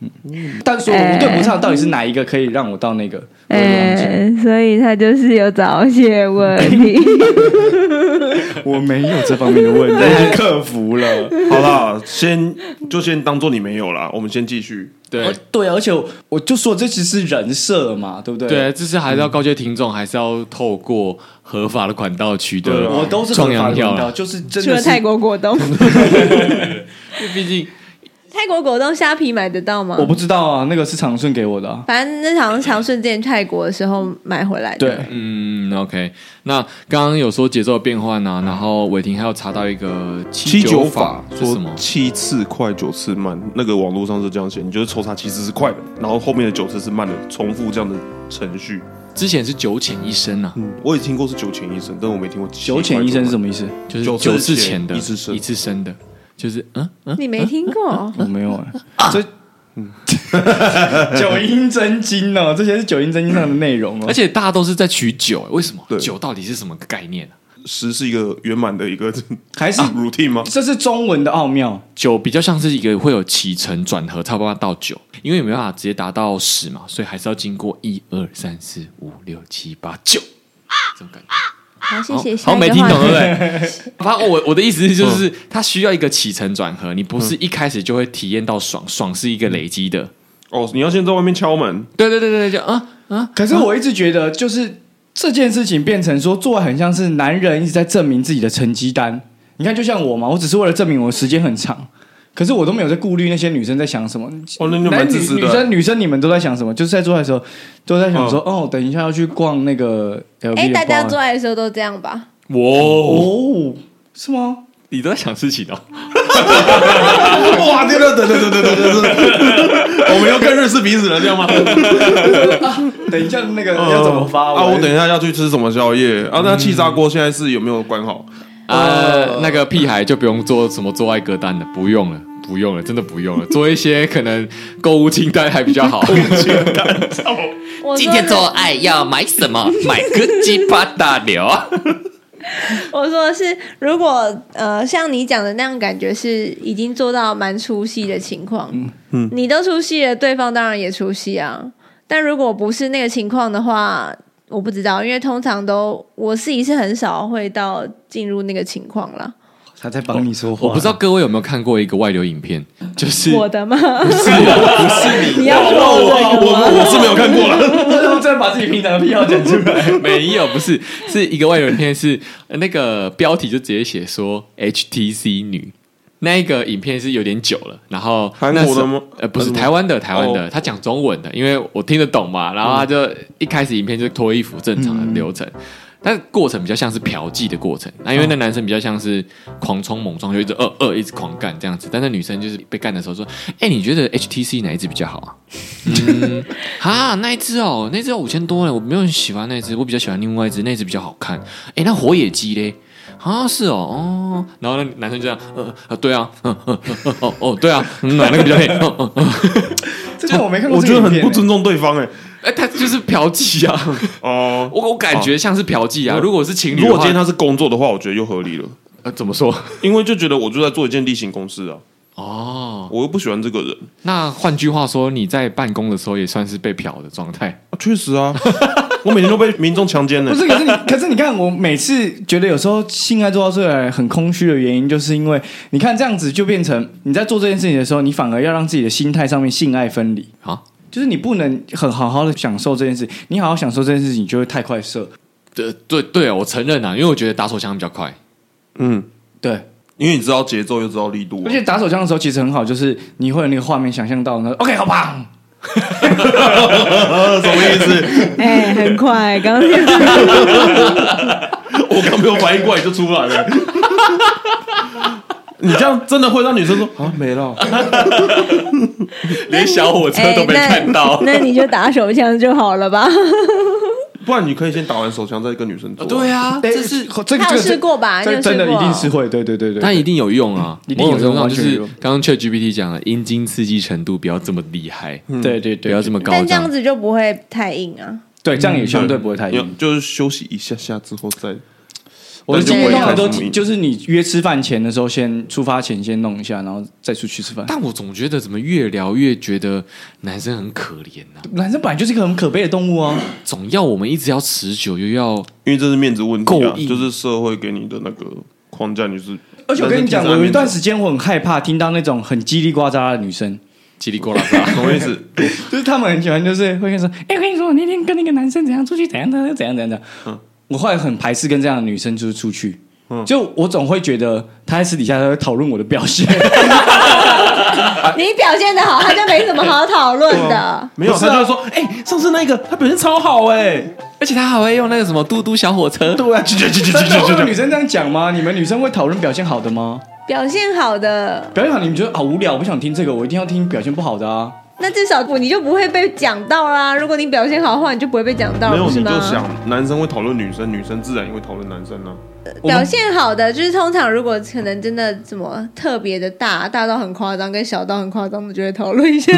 Speaker 4: 呃
Speaker 1: 但是我我对不上到底是哪一个可以让我到那个，我也忘记了。
Speaker 4: 哎，所以他就是有早泄 问题。
Speaker 1: 我没有这方面的问 题，克服了。
Speaker 2: 好啦，先就先当做你没有啦，我们先继续。
Speaker 1: 呃
Speaker 3: 对
Speaker 1: 对，而且我我就说这其实是人设嘛，对不对？啊
Speaker 3: 对，这是还是要告诫听众，还是要透过合法的管道取得。
Speaker 1: 我都是合
Speaker 3: 壮
Speaker 1: 法
Speaker 3: 阳
Speaker 1: 的
Speaker 3: 药
Speaker 1: 管道，
Speaker 3: 啦，
Speaker 1: 就是真
Speaker 4: 除了
Speaker 1: 的是
Speaker 4: 泰，国果冻，
Speaker 3: 因为毕竟
Speaker 4: 泰国果冻虾皮买得到吗？
Speaker 1: 我不知道啊，那个是长顺给我的、啊。
Speaker 4: 反正那好像长顺见泰国的时候买回来的。
Speaker 1: 对，，
Speaker 3: 嗯，OK。那刚刚有说节奏的变换呢、然后伟霆还有查到一个九是什么
Speaker 2: 说？七次快，九次慢，那个网络上是这样写，你就是抽查七次是快的，然后后面的九次是慢的，重复这样的程序。
Speaker 3: 之前是九浅一深啊，
Speaker 2: 嗯，我也听过是九浅一生，但我没听过
Speaker 1: 九浅一生是什
Speaker 2: 么？
Speaker 1: 么意思？
Speaker 3: 就是
Speaker 2: 九次
Speaker 3: 九次
Speaker 2: 浅
Speaker 3: 浅的
Speaker 2: 一次深
Speaker 3: 一次深的，就是嗯嗯，
Speaker 4: 你没听过？
Speaker 1: 我没有哎、这、嗯 九阴真经哦，这些是九阴真经上的内容哦。
Speaker 3: 而且大家都是在取九，为什么？
Speaker 2: 对
Speaker 3: 九到底是什么概念啊？
Speaker 2: 十是一个圆满的一个
Speaker 1: 还是、
Speaker 2: routine 吗？
Speaker 1: 这是中文的奥妙，
Speaker 3: 九比较像是一个会有起承转合，差不多到九，因为没办法直接达到十嘛，所以还是要经过一二三四五六七八九。这种感觉，
Speaker 4: 好，谢谢。
Speaker 3: 好，好
Speaker 4: 下一个
Speaker 3: 没听懂，
Speaker 4: 话
Speaker 3: 对
Speaker 4: 题
Speaker 3: 不对？ 嗯反正我我的意思是就是，它需要一个起承转合，你不是一开始就会体验到爽，爽是一个累积的，
Speaker 2: 哦，你要先在外面敲门，
Speaker 3: 对对对对，对就啊啊啊，
Speaker 1: 可是我一直觉得，就是这件事情变成说，做得很像是男人一直在证明自己的成绩单。你看，就像我嘛，我只是为了证明我时间很长，可是我都没有在顾虑那些女生在想什么。
Speaker 2: 哦，那你
Speaker 1: 男
Speaker 2: 蛮
Speaker 1: 女
Speaker 2: 自私
Speaker 1: 女
Speaker 2: 的。
Speaker 1: 生女生你们都在想什么？就是在做爱的时候都在想说，哦，等一下要去逛那个 LV 的
Speaker 4: 哎，大家
Speaker 1: 包
Speaker 4: 做爱的时候都这样吧？
Speaker 3: 哇，
Speaker 1: 哦，是吗？
Speaker 3: 你都在想事情哦，
Speaker 2: 哇，对对对对对对对对，我们又更认识彼此了，这样吗？
Speaker 1: 等一下那个要怎么发
Speaker 2: 啊？我等一下要去吃什么宵夜啊？那气炸锅现在是有没有关好？
Speaker 3: 啊，那个屁孩就不用做什么做爱歌单了，不用了。不用了，真的不用了。做一些可能购物清单还比较好。
Speaker 4: 我
Speaker 3: 今
Speaker 4: 说
Speaker 3: 天
Speaker 4: 的
Speaker 3: 做爱要买什么？ 买个鸡巴大牛。
Speaker 4: 我说的是，如果呃像你讲的那样，感觉是已经做到蛮出戏的情况，嗯，你都出戏了，对方当然也出戏啊。但如果不是那个情况的话，我不知道，因为通常都我自己是很少会到进入那个情况啦。
Speaker 1: 他在帮你说话，
Speaker 3: 我不知 道各位有没有看过一个外流影片，就是
Speaker 4: 我的吗？
Speaker 3: 不是
Speaker 4: 你
Speaker 3: 你
Speaker 4: 要说我 这个吗？
Speaker 2: 我我是没有看过了。
Speaker 1: 他真的把自己平常的癖好讲出来。
Speaker 3: 没有，不是是一个外流影片是，呃那个标题就直接写说 HTC 女。那一个影片是有点久了，然后
Speaker 2: 韩
Speaker 3: 那
Speaker 2: 国
Speaker 3: 时
Speaker 2: 的
Speaker 3: 候
Speaker 2: 吗
Speaker 3: 呃，不是
Speaker 2: 还是
Speaker 3: 台湾的，台湾的，
Speaker 2: 哦
Speaker 3: 他讲中文的，因为我听得懂嘛。然后他就一开始影片就脱衣服正常的流程，但过程比较像是嫖妓的过程。那因为那男生比较像是狂冲猛撞，就一直呃呃一直狂干这样子，但那女生就是被干的时候说：“哎，你觉得 HTC 哪一只比较好啊？” 啊，那一只哦，那只要五千多了，我没有很喜欢那只，我比较喜欢另外一只，那只比较好看。哎，那火野鸡嘞？啊，是哦，哦，然后那男生就这样，呃，啊，对啊，嗯嗯嗯嗯哦哦，对啊，嗯，哪那个比较配？嗯嗯嗯，
Speaker 1: 这个我没看过，
Speaker 2: 我觉得很不尊。重对方哎。
Speaker 3: 哎，他就是嫖妓 啊，
Speaker 2: 哦，
Speaker 3: 我我感觉像是嫖妓啊。如果是情侣
Speaker 2: 如
Speaker 3: 的话，
Speaker 2: 果今天他是工作的话，我觉得又合理了，
Speaker 3: 呃怎么说？
Speaker 2: 因为就觉得我就在做一件例行公事啊，
Speaker 3: 哦，
Speaker 2: 我又不喜欢这个人。
Speaker 3: 那换句话说，你在办公的时候也算是被嫖的状态。
Speaker 2: 啊确实啊，我每天都被民众强奸呢
Speaker 1: 不。是，可是你， 可是你看，我每次觉得有时候性爱做到最后很空虚的原因，就是因为你看这样子就变成你在做这件事情的时候，你反而要让自己的心态上面性爱分离
Speaker 3: 啊，
Speaker 1: 就是你不能很好好的享受这件事，你好好享受这件事情，你就会太快射。
Speaker 3: 对对对啊，我承认啊，因为我觉得打手枪比较快。
Speaker 2: 嗯，
Speaker 1: 对，
Speaker 2: 因为你知道节奏又知道力度啊
Speaker 1: 而。且打手枪的时候其实很好，就是你会有那个画面想象到，那 OK，好棒，
Speaker 3: 啊
Speaker 2: 呃，什么意思？
Speaker 5: 哎，很快，刚刚听
Speaker 2: 我刚没有反应过来就出来了。你这样真的会让女生说啊没了，
Speaker 3: 连小火车都被
Speaker 5: 哎那
Speaker 3: 看到。
Speaker 5: 那你就打手枪就好了吧？
Speaker 2: 不然你可以先打完手枪再跟女生做。
Speaker 3: 对啊，
Speaker 1: 哎
Speaker 3: 这是
Speaker 1: 这个这
Speaker 4: 他有
Speaker 1: 个
Speaker 4: 试过吧？你
Speaker 1: 这
Speaker 4: 有
Speaker 1: 真
Speaker 4: 试
Speaker 1: 的
Speaker 4: 过？
Speaker 1: 一定是会，对对对对，
Speaker 3: 但一定有用啊，
Speaker 1: 一定有用
Speaker 3: 某种程度上
Speaker 1: 完
Speaker 3: 就
Speaker 1: 全
Speaker 3: 是
Speaker 1: 有用
Speaker 3: 刚刚 ChatGPT 讲了，阴茎刺激程度不要这么厉害，
Speaker 1: 对对
Speaker 3: 不
Speaker 1: 对
Speaker 3: 要，这么高
Speaker 4: 但这样
Speaker 3: 涨。
Speaker 4: 子就不会太硬啊。
Speaker 2: 嗯
Speaker 1: 对这样也相对不会太硬。
Speaker 2: 要哎就是休息一下下之后再。
Speaker 1: 我们
Speaker 2: 但就
Speaker 1: 今
Speaker 2: 不
Speaker 1: 天
Speaker 2: 会
Speaker 1: 通
Speaker 2: 太
Speaker 1: 常都
Speaker 2: 什么意思
Speaker 1: 就是你约吃饭前的时候，先出发前先弄一下，然后再出去吃饭。
Speaker 3: 但我总觉得怎么越聊越觉得男生很可怜呐、
Speaker 1: 男生本来就是一个很可悲的动物啊，
Speaker 3: 总要我们一直要持久，又要
Speaker 2: 因为这是面子问题啊
Speaker 3: 够，硬
Speaker 2: 就是社会给你的那个框架，你是。
Speaker 1: 而且我跟你讲，
Speaker 2: 男
Speaker 1: 我
Speaker 2: 生
Speaker 1: 有一
Speaker 2: 天生爱
Speaker 1: 段时间我很害怕听到那种很叽里呱喳的女生，
Speaker 3: 叽里呱啦呱。
Speaker 2: 啊面子什么意思？
Speaker 1: 就是他们很喜欢，就是会跟你说：“哎、我跟你说，我那天跟那个男生怎样出去，怎样怎样怎样怎样。”嗯，我后来很排斥跟这样的女生就是出去，
Speaker 2: 嗯
Speaker 1: 就我总会觉得她在私底下她会讨论我的表 现，
Speaker 4: 你表现的好，他就没什么好讨论的。
Speaker 2: 没有，
Speaker 1: 不是
Speaker 2: 他
Speaker 1: 啊
Speaker 2: 就会说，哎、上次那个他表现超好哎、
Speaker 3: 而且他还会用那个什么嘟嘟小火车，
Speaker 1: 对啊，
Speaker 2: 去去去去
Speaker 1: 真的会有
Speaker 2: 去
Speaker 1: 女生这样讲吗？你们女生会讨论表现好的吗？
Speaker 4: 表现好的，
Speaker 1: 表现好，你们觉得啊好无聊，我不想听这个，我一定要听表现不好的啊。
Speaker 4: 那至少你就不会被讲到啦。如果你表现好的话，你就不会被讲到，
Speaker 2: 没有
Speaker 4: 不是啊
Speaker 2: 你
Speaker 4: 吗
Speaker 2: 就？想，男生会讨论女生，女生自然也会讨论男生啊呢、
Speaker 1: 我们
Speaker 4: 表现好的就是通常如果可能真的怎么特别的大，大到很夸张，跟小到很夸张的就会讨论 一下，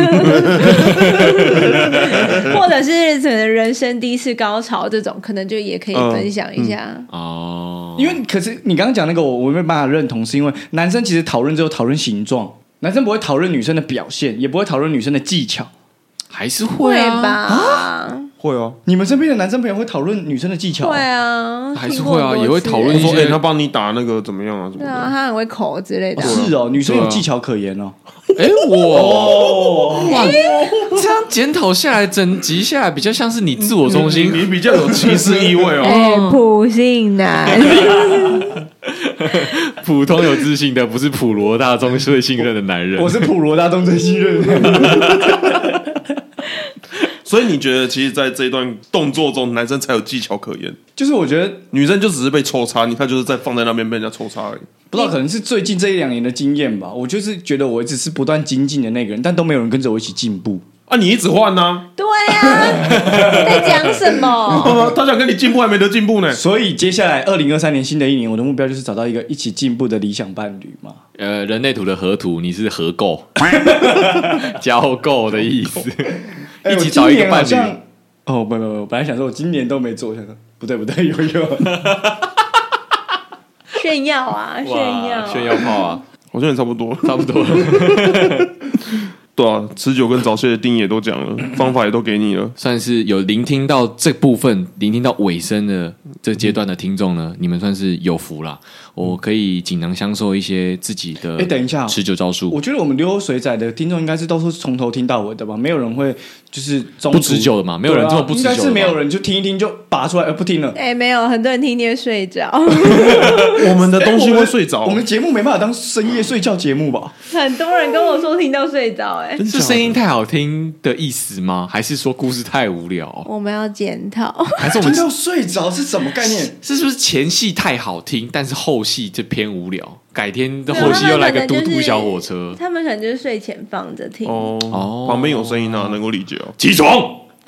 Speaker 4: 或者是可能人生第一次高潮这种，可能就也可以分享一下。
Speaker 3: 哦，
Speaker 1: 因为可是你刚刚讲那个我，我没办法认同，是因为男生其实讨论只有讨论形状，男生不会讨论女生的表现，也不会讨论女生的技巧。
Speaker 3: 还是会
Speaker 4: 会
Speaker 3: 啊，
Speaker 4: 吧？
Speaker 2: 会啊，
Speaker 1: 你们身边的男生朋友会讨论女生的技巧？
Speaker 4: 会啊，
Speaker 3: 还是
Speaker 4: 听过
Speaker 3: 会啊
Speaker 4: 很多
Speaker 3: 也会
Speaker 4: 次
Speaker 3: 讨
Speaker 2: 我
Speaker 3: 论
Speaker 4: 欸
Speaker 2: 说，
Speaker 3: 一
Speaker 2: 哎、
Speaker 3: 些
Speaker 2: 他帮你打那个怎么样啊？什么
Speaker 4: 对啊，
Speaker 2: 的？
Speaker 4: 他很会口之类的
Speaker 1: 哦
Speaker 4: 啊。
Speaker 1: 是哦，女生有
Speaker 3: 对啊
Speaker 1: 技巧可言哦。
Speaker 3: 哎，我
Speaker 1: 哦，
Speaker 3: 这样检讨下来，整集下来比较像是你自我 中心。
Speaker 2: 你比较有歧视意味 哦。
Speaker 4: 哎
Speaker 6: 哎，普信 男，
Speaker 3: 普通有自信的，不是普罗大众最信任的男人。
Speaker 1: 我是普罗大众最信任的。
Speaker 2: 所以你觉得，其实，在这一段动作中，男生才有技巧可言，
Speaker 1: 就是我觉得
Speaker 2: 女生就只是被抽插，你看就是在放在那边被人家抽插而已。
Speaker 1: 不知道，可能是最近这一两年的经验吧。我就是觉得我一直是不断精进的那个人，但都没有人跟着我一起进步。
Speaker 2: 啊， 你一直换呐、
Speaker 6: 对
Speaker 4: 啊
Speaker 6: 呀，在讲什么？
Speaker 2: 啊，他想跟你进步还没得进步呢。
Speaker 1: 所以接下来二零二三年新的一年，我的目标就是找到一个一起进步的理想伴侣嘛。
Speaker 3: 呃，人类图的合图，你是 合购， 交购的意思，
Speaker 1: 哎
Speaker 3: 一起找一个伴侣。。
Speaker 1: 哦，不不不，我本来想说我今年都没做，我想说不对不对，有有。
Speaker 6: 炫耀啊，炫
Speaker 3: 哇，
Speaker 6: 耀，
Speaker 3: 炫耀炮啊，
Speaker 2: 好像也差不多。
Speaker 3: 差不多了。
Speaker 2: 对啊，持久跟早泄的定义也都讲 了，方法也都给你了。
Speaker 3: 算是有聆听到这部分，聆听到尾声的这阶段的听众呢，你们算是有福啦。我可以锦囊相授一些自己的，
Speaker 1: 哎等一下哦
Speaker 3: 持久招数
Speaker 1: 我，觉得我们溜水仔的听众应该是都是从头听到尾的吧，没有人会就是中途
Speaker 3: 不持久的嘛没有人这么不持久
Speaker 1: 对啊
Speaker 3: 的吧
Speaker 1: 应该是没有人就听一听就拔出来，而呃不听了。
Speaker 6: 哎，没有，很多人听天睡着，
Speaker 2: 哎我们的东西会睡着
Speaker 1: 我，们节目没办法当深夜睡觉节目吧？
Speaker 6: 很多人跟我说听到睡着，哎，
Speaker 3: 是声音太好听的意思吗？还是说故事太无
Speaker 1: 哦
Speaker 3: 聊？
Speaker 6: 我们要检讨。
Speaker 3: 还是我
Speaker 1: 听
Speaker 3: 们
Speaker 1: 到睡着是什么概念？
Speaker 3: 是不是前戏太好听，但是后戏就偏无聊？改天的
Speaker 6: 对
Speaker 3: 后戏又来
Speaker 6: 他
Speaker 3: 个
Speaker 6: 们可
Speaker 3: 嘟
Speaker 6: 能
Speaker 3: 嘟
Speaker 6: 就是
Speaker 3: 小火车，
Speaker 6: 他们可能就是睡前放着听，
Speaker 2: 哦
Speaker 3: 嗯哦
Speaker 2: 旁边有声音啊，能够理解哦。
Speaker 3: 起床。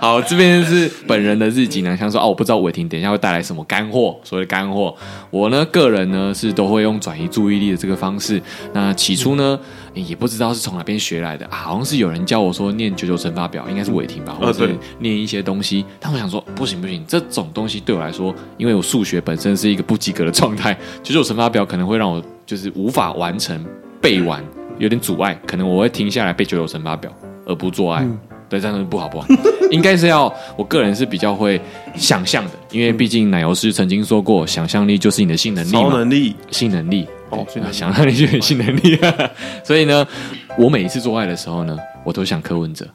Speaker 3: 好，这边是本人的日记呢，想说哦，我不知道伟霆等一下会带来什么干货，所谓的干货，我呢个人呢是都会用转移注意力的这个方式。那起初呢、诶也不知道是从哪边学来的、啊，好像是有人教我说念九九乘法表，应该是伟霆吧，或
Speaker 2: 呃
Speaker 3: 者是
Speaker 2: 对
Speaker 3: 念一些东西。但我想说不行不行，这种东西对我来说，因为我数学本身是一个不及格的状态， 九九乘法表可能会让我就是无法完成背完，有点阻碍，可能我会停下来背九九乘法表，而不做爱。对，这样子不好不好， 应该是要我个人是比较会想象的，因为毕竟奶油师曾经说过，想象力就是你的性能力
Speaker 2: 超
Speaker 3: 嘛，
Speaker 2: 能力，
Speaker 3: 性能力
Speaker 2: 哦性能力
Speaker 3: 啊想象力就是你性能力、 所以呢，我每一次做爱的时候呢，我都想柯文哲，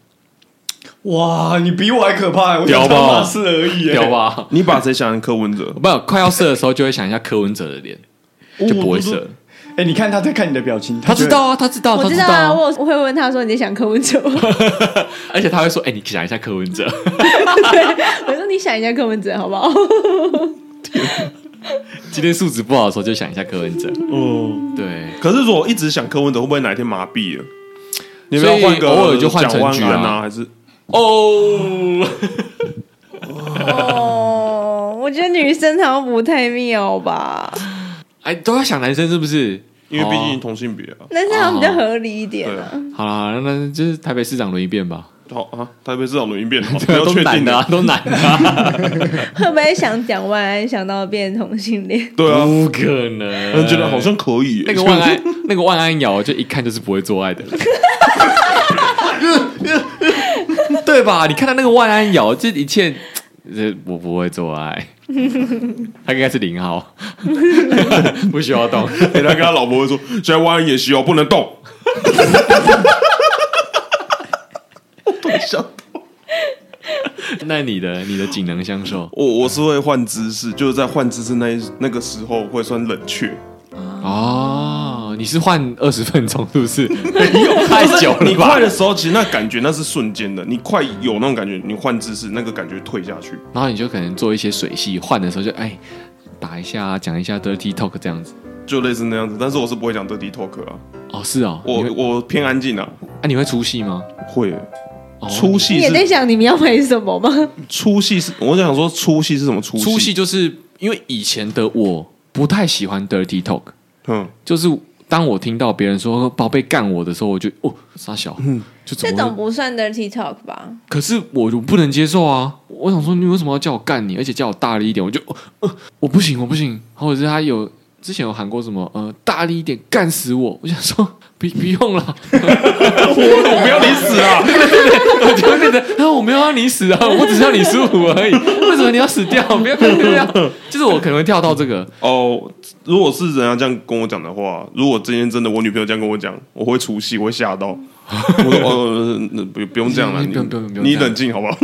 Speaker 1: 哇，你比我还可怕！我
Speaker 3: 屌吧
Speaker 1: 想当马斯而已，欸
Speaker 3: 屌？吧？
Speaker 2: 你把谁想成柯文哲？
Speaker 3: 不，快要射的时候就会想一下柯文哲的脸，
Speaker 2: 哦
Speaker 3: 就不会射了。
Speaker 1: 哎，你看他在看你的表情，
Speaker 3: 他
Speaker 1: 觉
Speaker 3: 知
Speaker 1: 得
Speaker 3: 道啊，他知道，
Speaker 6: 我
Speaker 3: 他
Speaker 6: 知道
Speaker 3: 道
Speaker 6: 啊，
Speaker 3: 啊，
Speaker 6: 我我会问他说你在想柯文哲吗？
Speaker 3: 而且他会说：“哎、你想一下柯文哲。
Speaker 6: 我说你想一下柯文哲好不好？
Speaker 3: 今天素质不好的时候就想一下柯文哲。
Speaker 2: 哦，”
Speaker 3: 对，
Speaker 2: 可是如果一直想柯文哲，会不会哪一天麻痹了？你要不
Speaker 3: 所以
Speaker 2: 要换个
Speaker 3: 偶尔就换
Speaker 2: 蒋
Speaker 3: 成
Speaker 2: 万
Speaker 3: 局啊
Speaker 2: 安啊，还是
Speaker 3: 哦，
Speaker 6: 哦，我觉得女生好像不太妙吧，
Speaker 3: 哎，都要想男生是不是？
Speaker 2: 因为毕竟
Speaker 3: 哦
Speaker 2: 同性别啊？
Speaker 6: 男生好像比较合理一点
Speaker 2: 对
Speaker 6: 啊。
Speaker 2: 啊，
Speaker 3: 好啦，那就是台北市长轮一遍吧。
Speaker 2: 好啊，台北市长轮一变，不
Speaker 3: 对啊
Speaker 2: 要
Speaker 3: 都
Speaker 2: 确
Speaker 3: 男
Speaker 2: 定
Speaker 3: 的啊，。都男的 啊，
Speaker 6: 会不会想讲万安，想到变同性恋？
Speaker 2: 对啊，嗯
Speaker 3: 不可能。
Speaker 2: 我觉得好像可以耶。
Speaker 3: 嗯那个万 安，那个万安瑶，就一看就是不会做爱的 人。对吧？你看到那个万安瑶，这一切，这我不会做爱。他应该是零号， 不需要动。
Speaker 2: 欸他跟他老婆会说：“现在万安演习哦，不能动。
Speaker 3: 那你的你的锦囊相授
Speaker 2: 我”我是会换姿势，就是在换姿势那一那个时候会算冷却，
Speaker 3: 哦，你是换二十分钟是不是？没有太久
Speaker 2: 你
Speaker 3: 了吧
Speaker 2: 快？的时候，其实那感觉那是瞬间的，你快有那种感觉，你换姿势那个感觉退下去。
Speaker 3: 然后你就可能做一些水戏，换的时候就哎打一下，啊讲一下 dirty talk 这样子。
Speaker 2: 就类似那样子，但是我是不会讲 dirty talk 啊，
Speaker 3: 哦，是哦，
Speaker 2: 我
Speaker 3: 你会
Speaker 2: 我偏安静啊，
Speaker 3: 啊，你会出戏吗？
Speaker 2: 会耶
Speaker 3: 哦
Speaker 2: 出
Speaker 6: 你
Speaker 2: 戏
Speaker 6: 也在
Speaker 2: 是
Speaker 6: 想你们要买什么吗？
Speaker 2: 出戏是，我想说出戏是什么出戏？
Speaker 3: 出戏就是因为以前的我不太喜欢 dirty talk，
Speaker 2: 嗯，
Speaker 3: 就是当我听到别人说“宝贝干我”的时候，我就哦傻小，
Speaker 2: 嗯
Speaker 3: 就怎
Speaker 6: 这
Speaker 3: 么
Speaker 6: 种
Speaker 3: 会？
Speaker 6: 不算 dirty talk 吧？
Speaker 3: 可是我就不能接受啊！我想说，你为什么要叫我干你？而且叫我大力一点，我就、哦呃我不行，我不行。或者是他有之前有喊过什么呃大力一点干死我，我想说不不用了，
Speaker 2: 我不要你死啊！
Speaker 3: 我就变成，然后我没有要你死啊，我只是要你舒服而已。为什么你要死掉？不要不要不要！就是我可能会跳到这个，
Speaker 2: 哦，如果是人家这样跟我讲的话，如果今天真的我女朋友这样跟我讲，我会出戏，我会 吓到。我说哦，那不不用这样了，
Speaker 3: 你
Speaker 2: 你
Speaker 3: 不用不用不用
Speaker 2: 你
Speaker 3: 这样
Speaker 2: 冷静好不好？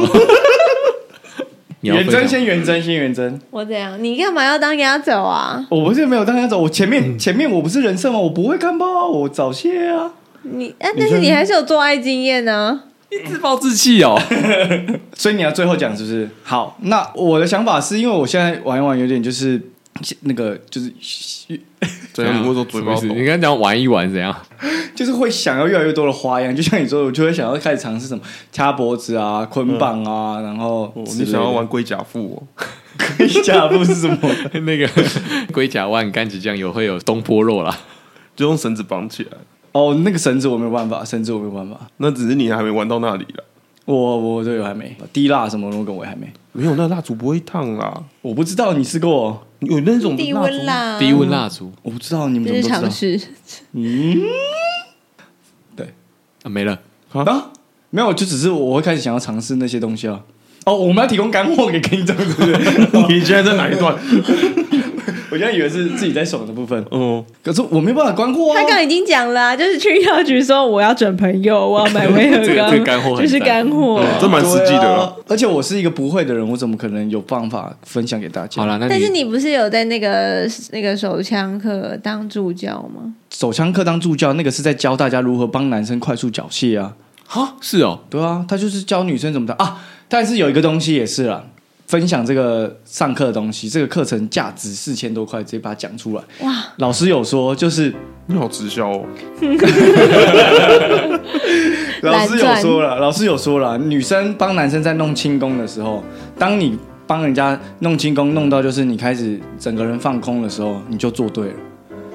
Speaker 3: 你要
Speaker 1: 元
Speaker 3: 分
Speaker 1: 真
Speaker 3: 享
Speaker 1: 先元真先元真，
Speaker 4: 我怎样？你干嘛要当压轴啊？
Speaker 1: 我不是没有当家走，我前面前面我不是人设吗？我不会干爆啊，我早泄啊。
Speaker 4: 你
Speaker 6: 哎
Speaker 4: 啊，但是你还是有做爱经验
Speaker 6: 啊
Speaker 4: 呢、
Speaker 3: 自暴自弃哦。
Speaker 1: 所以你要最后讲是不是？好，那我的想法是因为我现在玩一玩有点就是那个就是
Speaker 2: 怎样？ 你会说嘴巴
Speaker 3: 啊什么意思
Speaker 2: 抖
Speaker 3: 你？刚才讲玩一玩怎样？
Speaker 1: 就是会想要越来越多的花样，就像你说的，我就会想要开始尝试什么掐脖子啊、捆绑啊，然后
Speaker 2: 哦
Speaker 1: 之类
Speaker 2: 你
Speaker 1: 的
Speaker 2: 想要玩龟甲腹哦？
Speaker 1: 盔 甲不是什么？
Speaker 3: 那个龟甲万干子酱油会有东坡肉啦，
Speaker 2: 就用绳子绑起来，
Speaker 1: 哦，那个绳子我没有办法，绳子我没有办法，
Speaker 2: 那只是你还没玩到那里了。我
Speaker 1: 我我队友还没滴蜡什么的，我跟我也还没，
Speaker 2: 没有，那蜡烛不会烫啦。
Speaker 1: 我不知道你试过，哦
Speaker 2: 有那种
Speaker 4: 低
Speaker 2: 蜡烛
Speaker 4: 温，啦，
Speaker 3: 低温蜡烛
Speaker 1: 我不知道你们
Speaker 4: 这
Speaker 1: 怎
Speaker 4: 是
Speaker 1: 么都知道
Speaker 4: 尝，试。
Speaker 1: 嗯，对
Speaker 3: 啊没了。
Speaker 1: 啊，没有，就只是我会开始想要尝试那些东西啊。哦，我们要提供干货给听众，是不是？
Speaker 2: 你现在在哪一段？
Speaker 1: 我现在以为是自己在爽的部分，
Speaker 2: 哦，
Speaker 1: 可是我没有办法关货啊
Speaker 4: 他。刚刚已经讲了啊、就是去药局说我要整朋友，我要买威尔
Speaker 3: 这个
Speaker 4: 刚，
Speaker 3: 这个干货很赞嗯
Speaker 4: 就是干货。
Speaker 2: 这蛮实际
Speaker 1: 对
Speaker 2: 的啦
Speaker 1: 啊。而且我是一个不会的人，我怎么可能有办法分享给大家？
Speaker 3: 好啦，那
Speaker 4: 但是
Speaker 3: 你
Speaker 4: 你不是有在那个那个手枪课当助教吗？
Speaker 1: 手枪课当助教，那个是在教大家如何帮男生快速缴械啊。
Speaker 3: 哈是哦，
Speaker 1: 对啊，他就是教女生怎么打啊。但是有一个东西也是啦，分享这个上课的东西，这个课程价值四千多块，直接把它讲出来。哇，老师有说，就是
Speaker 2: 你好直销哦。
Speaker 1: 老师有
Speaker 4: 懒
Speaker 1: 说了，老师有说了，女生帮男生在弄轻功的时候，当你帮人家弄轻功弄到就是你开始整个人放空的时候，你就做对了。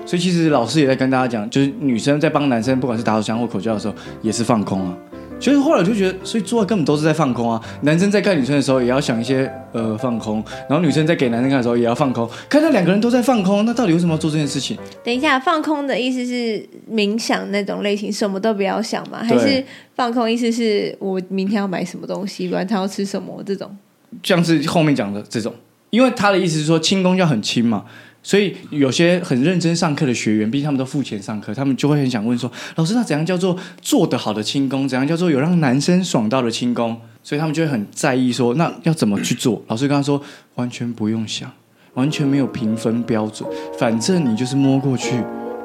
Speaker 1: 所以其实老师也在跟大家讲，就是女生在帮男生，不管是打手枪或口交的时候，也是放空啊。其实后来我就觉得，所以做爱根本都是在放空啊。男生在干女生的时候，也要想一些呃放空，然后女生在给男生干的时候，也要放空。看到两个人都在放空，那到底为什么要做这件事情？
Speaker 4: 等一下，放空的意思是冥想那种类型，什么都不要想吗？还是
Speaker 1: 对
Speaker 4: 放空意思是我明天要买什么东西，晚餐要吃什么这种？
Speaker 1: 像是后面讲的这种，因为他的意思是说轻功要很轻嘛，所以有些很认真上课的学员，毕竟他们都付钱上课，他们就会很想问说，老师，那怎样叫做做得好的轻功？怎样叫做有让男生爽到的轻功？所以他们就会很在意说，那要怎么去做？老师跟他说，完全不用想，完全没有评分标准，反正你就是摸过去。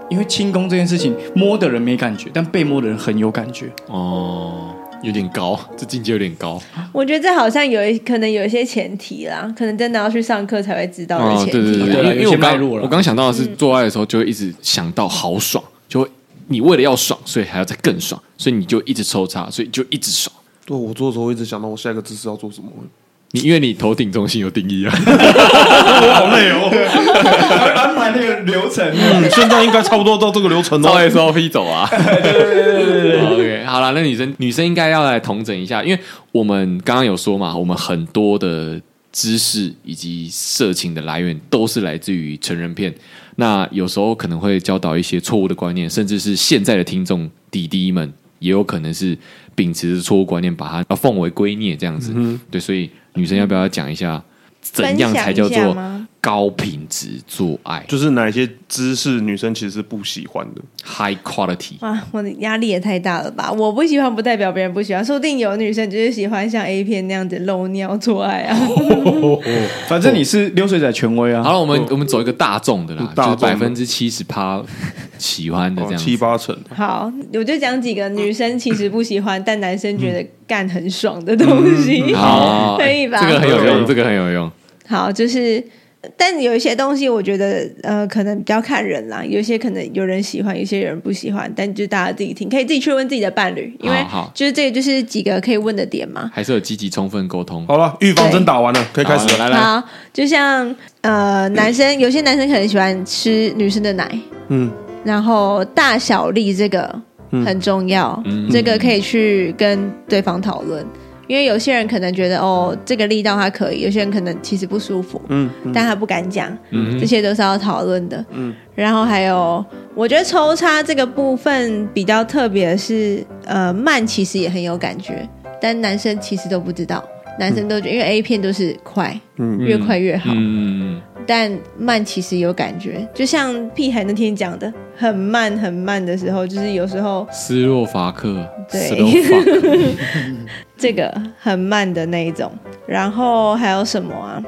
Speaker 1: 因为轻功这件事情，摸的人没感觉，但被摸的人很有感觉。
Speaker 3: 哦，有点高，这境界有点高。
Speaker 4: 我觉得这好像有一可能有一些前提啦，可能真的要去上课才会知道的
Speaker 3: 哦，
Speaker 4: 前
Speaker 3: 对对
Speaker 4: 提嗯
Speaker 3: 对，
Speaker 4: 啦。
Speaker 1: 对啊
Speaker 3: 因为因为
Speaker 1: 有些
Speaker 3: 我
Speaker 1: 脉
Speaker 3: 刚
Speaker 1: 络了
Speaker 3: 我刚想到的是，做爱的时候就会一直想到好爽，就会你为了要爽，所以还要再更爽，所以你就一直抽插，所以就一直爽。
Speaker 2: 对，我做的时候一直想到我下一个姿势要做什么，
Speaker 3: 你因为你头顶中心有定义啊，
Speaker 2: 我好累 哦。
Speaker 1: 安排那个流程，
Speaker 2: 嗯，现在应该差不多到这个流程
Speaker 3: 做
Speaker 2: 哦。
Speaker 3: 爱的时候飞走啊。OK，好哦了，那女生女生应该要来统整一下，因为我们刚刚有说嘛，我们很多的知识以及色情的来源都是来自于成人片。那有时候可能会教导一些错误的观念，甚至是现在的听众弟弟们也有可能是秉持着错误观念，把它要奉为圭臬这样子。对，所以女生要不要讲一下，怎样才叫
Speaker 4: 分享一
Speaker 3: 做
Speaker 4: 下吗
Speaker 3: 高品质做爱
Speaker 2: 就是哪些姿势女生其实是不喜欢的，
Speaker 3: （high quality）？
Speaker 4: 哇，我的压力也太大了吧！我不喜欢不代表别人不喜欢，说不定有女生就是喜欢像 A 片那样子露尿做爱啊。
Speaker 1: 反正你是溜水仔权威啊。
Speaker 3: 好了，我们我们走一个大众的啦，
Speaker 2: 嗯大
Speaker 3: 就是
Speaker 2: 众的
Speaker 3: 百分之七十趴喜欢的这
Speaker 2: 哦
Speaker 3: 样
Speaker 2: 七
Speaker 3: 子。
Speaker 2: 八成。
Speaker 4: 好，我就讲几个女生其实不喜欢，但男生觉得干很爽的东西。
Speaker 3: 嗯好，
Speaker 4: 哦可以吧
Speaker 3: 这个很有
Speaker 2: 可
Speaker 3: 用，
Speaker 2: 以
Speaker 3: 这个很有用。
Speaker 4: 好，就是，但有一些东西我觉得呃，可能比较看人啦，有些可能有人喜欢，有些人不喜欢，但就大家自己听，可以自己去问自己的伴侣，因为
Speaker 3: 好好
Speaker 4: 就是这个就是几个可以问的点嘛。
Speaker 3: 还是有积极充分沟通。
Speaker 2: 好了，预防针打完了，可以开始
Speaker 3: 好
Speaker 2: 了。
Speaker 3: 来来，
Speaker 4: 好，就像呃，男生有些男生可能喜欢吃女生的奶，
Speaker 2: 嗯，
Speaker 4: 然后大小力这个很重要，
Speaker 3: 嗯
Speaker 4: 这个可以去跟对方讨论。因为有些人可能觉得哦，这个力道他可以，有些人可能其实不舒服，
Speaker 2: 嗯，
Speaker 4: 但他不敢讲，
Speaker 3: 嗯
Speaker 4: 这些都是要讨论的。嗯，然后还有，我觉得抽插这个部分比较特别的是，呃，慢其实也很有感觉，但男生其实都不知道，男生都觉得因为 A 片都是快，
Speaker 2: 嗯
Speaker 4: 越快越好，
Speaker 3: 嗯，
Speaker 4: 但慢其实有感觉，就像屁孩那天讲的，很慢很慢的时候，就是有时候
Speaker 3: 斯洛伐克，
Speaker 4: 对
Speaker 3: 斯洛伐克
Speaker 4: 这个很慢的那一种。然后还有什么啊？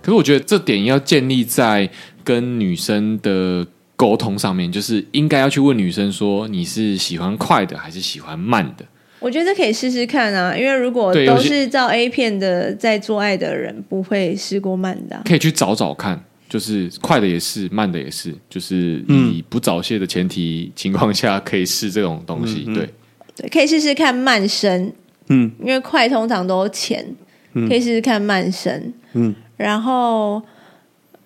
Speaker 3: 可是我觉得这点要建立在跟女生的沟通上面，就是应该要去问女生说你是喜欢快的还是喜欢慢的。
Speaker 4: 我觉得可以试试看啊，因为如果
Speaker 3: 对有
Speaker 4: 都
Speaker 3: 些
Speaker 4: 是照 A 片的在做爱的人，不会试过慢的啊、
Speaker 3: 可以去找找看，就是快的也是，慢的也是，就是
Speaker 2: 嗯
Speaker 3: 以不早泄的前提情况下，可以试这种东西。
Speaker 2: 嗯嗯
Speaker 3: 对，
Speaker 4: 对，可以试试看慢声，
Speaker 2: 嗯，
Speaker 4: 因为快通常都浅，
Speaker 3: 嗯
Speaker 4: 可以试试看慢声，
Speaker 2: 嗯，
Speaker 4: 然后，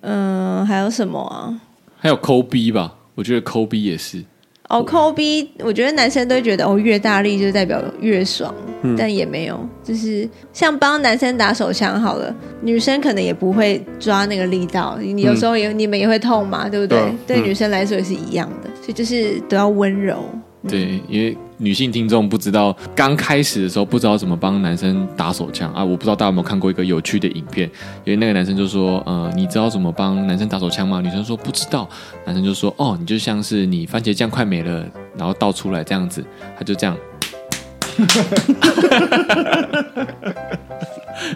Speaker 4: 嗯、还有什么啊？
Speaker 3: 还有抠逼吧，我觉得抠逼也是，
Speaker 4: 哦，抠逼，我觉得男生都会觉得哦，越大力就代表越爽，但也没有，就是像帮男生打手枪好了，女生可能也不会抓那个力道，你有时候也、你们也会痛嘛，对不对？
Speaker 2: 对啊
Speaker 4: 对
Speaker 2: 嗯
Speaker 4: 女生来说也是一样的，所以就是都要温柔。
Speaker 3: 对，因为女性听众不知道，刚开始的时候不知道怎么帮男生打手枪啊，我不知道大家有没有看过一个有趣的影片，因为那个男生就说，呃，你知道怎么帮男生打手枪吗？女生说不知道，男生就说，哦，你就像是你番茄酱快没了，然后倒出来这样子，他就这样。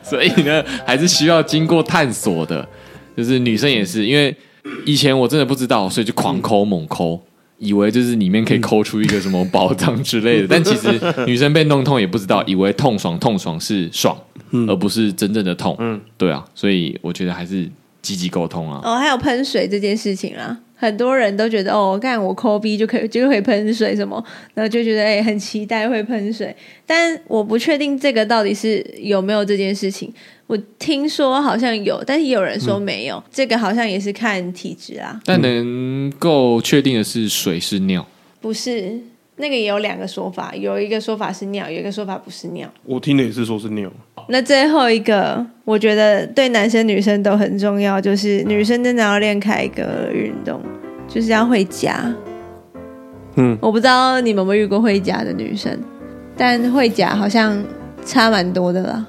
Speaker 3: 所以呢，还是需要经过探索的，就是女生也是，因为以前我真的不知道，所以就狂抠猛抠，以为就是里面可以抠出一个什么宝藏之类的，但其实女生被弄痛也不知道，以为痛爽痛爽是爽，而不是真正的痛。嗯，对啊，所以我觉得还是积极沟通啊。
Speaker 4: 哦，还有喷水这件事情啦，很多人都觉得哦，干我抠逼就可以就会喷水什么，然后就觉得哎、很期待会喷水，但我不确定这个到底是有没有这件事情。我听说好像有，但是也有人说没有，这个好像也是看体质啊，
Speaker 3: 但能够确定的是，水是尿。
Speaker 4: 不是。那个也有两个说法，有一个说法是尿，有一个说法不是尿。
Speaker 2: 我听的也是说是尿，
Speaker 4: 那最后一个，我觉得对男生女生都很重要，就是女生真的要练凯格尔运动，就是要会夹。
Speaker 2: 嗯，
Speaker 4: 我不知道你们有没有遇过会夹的女生，但会夹好像差蛮多的啦。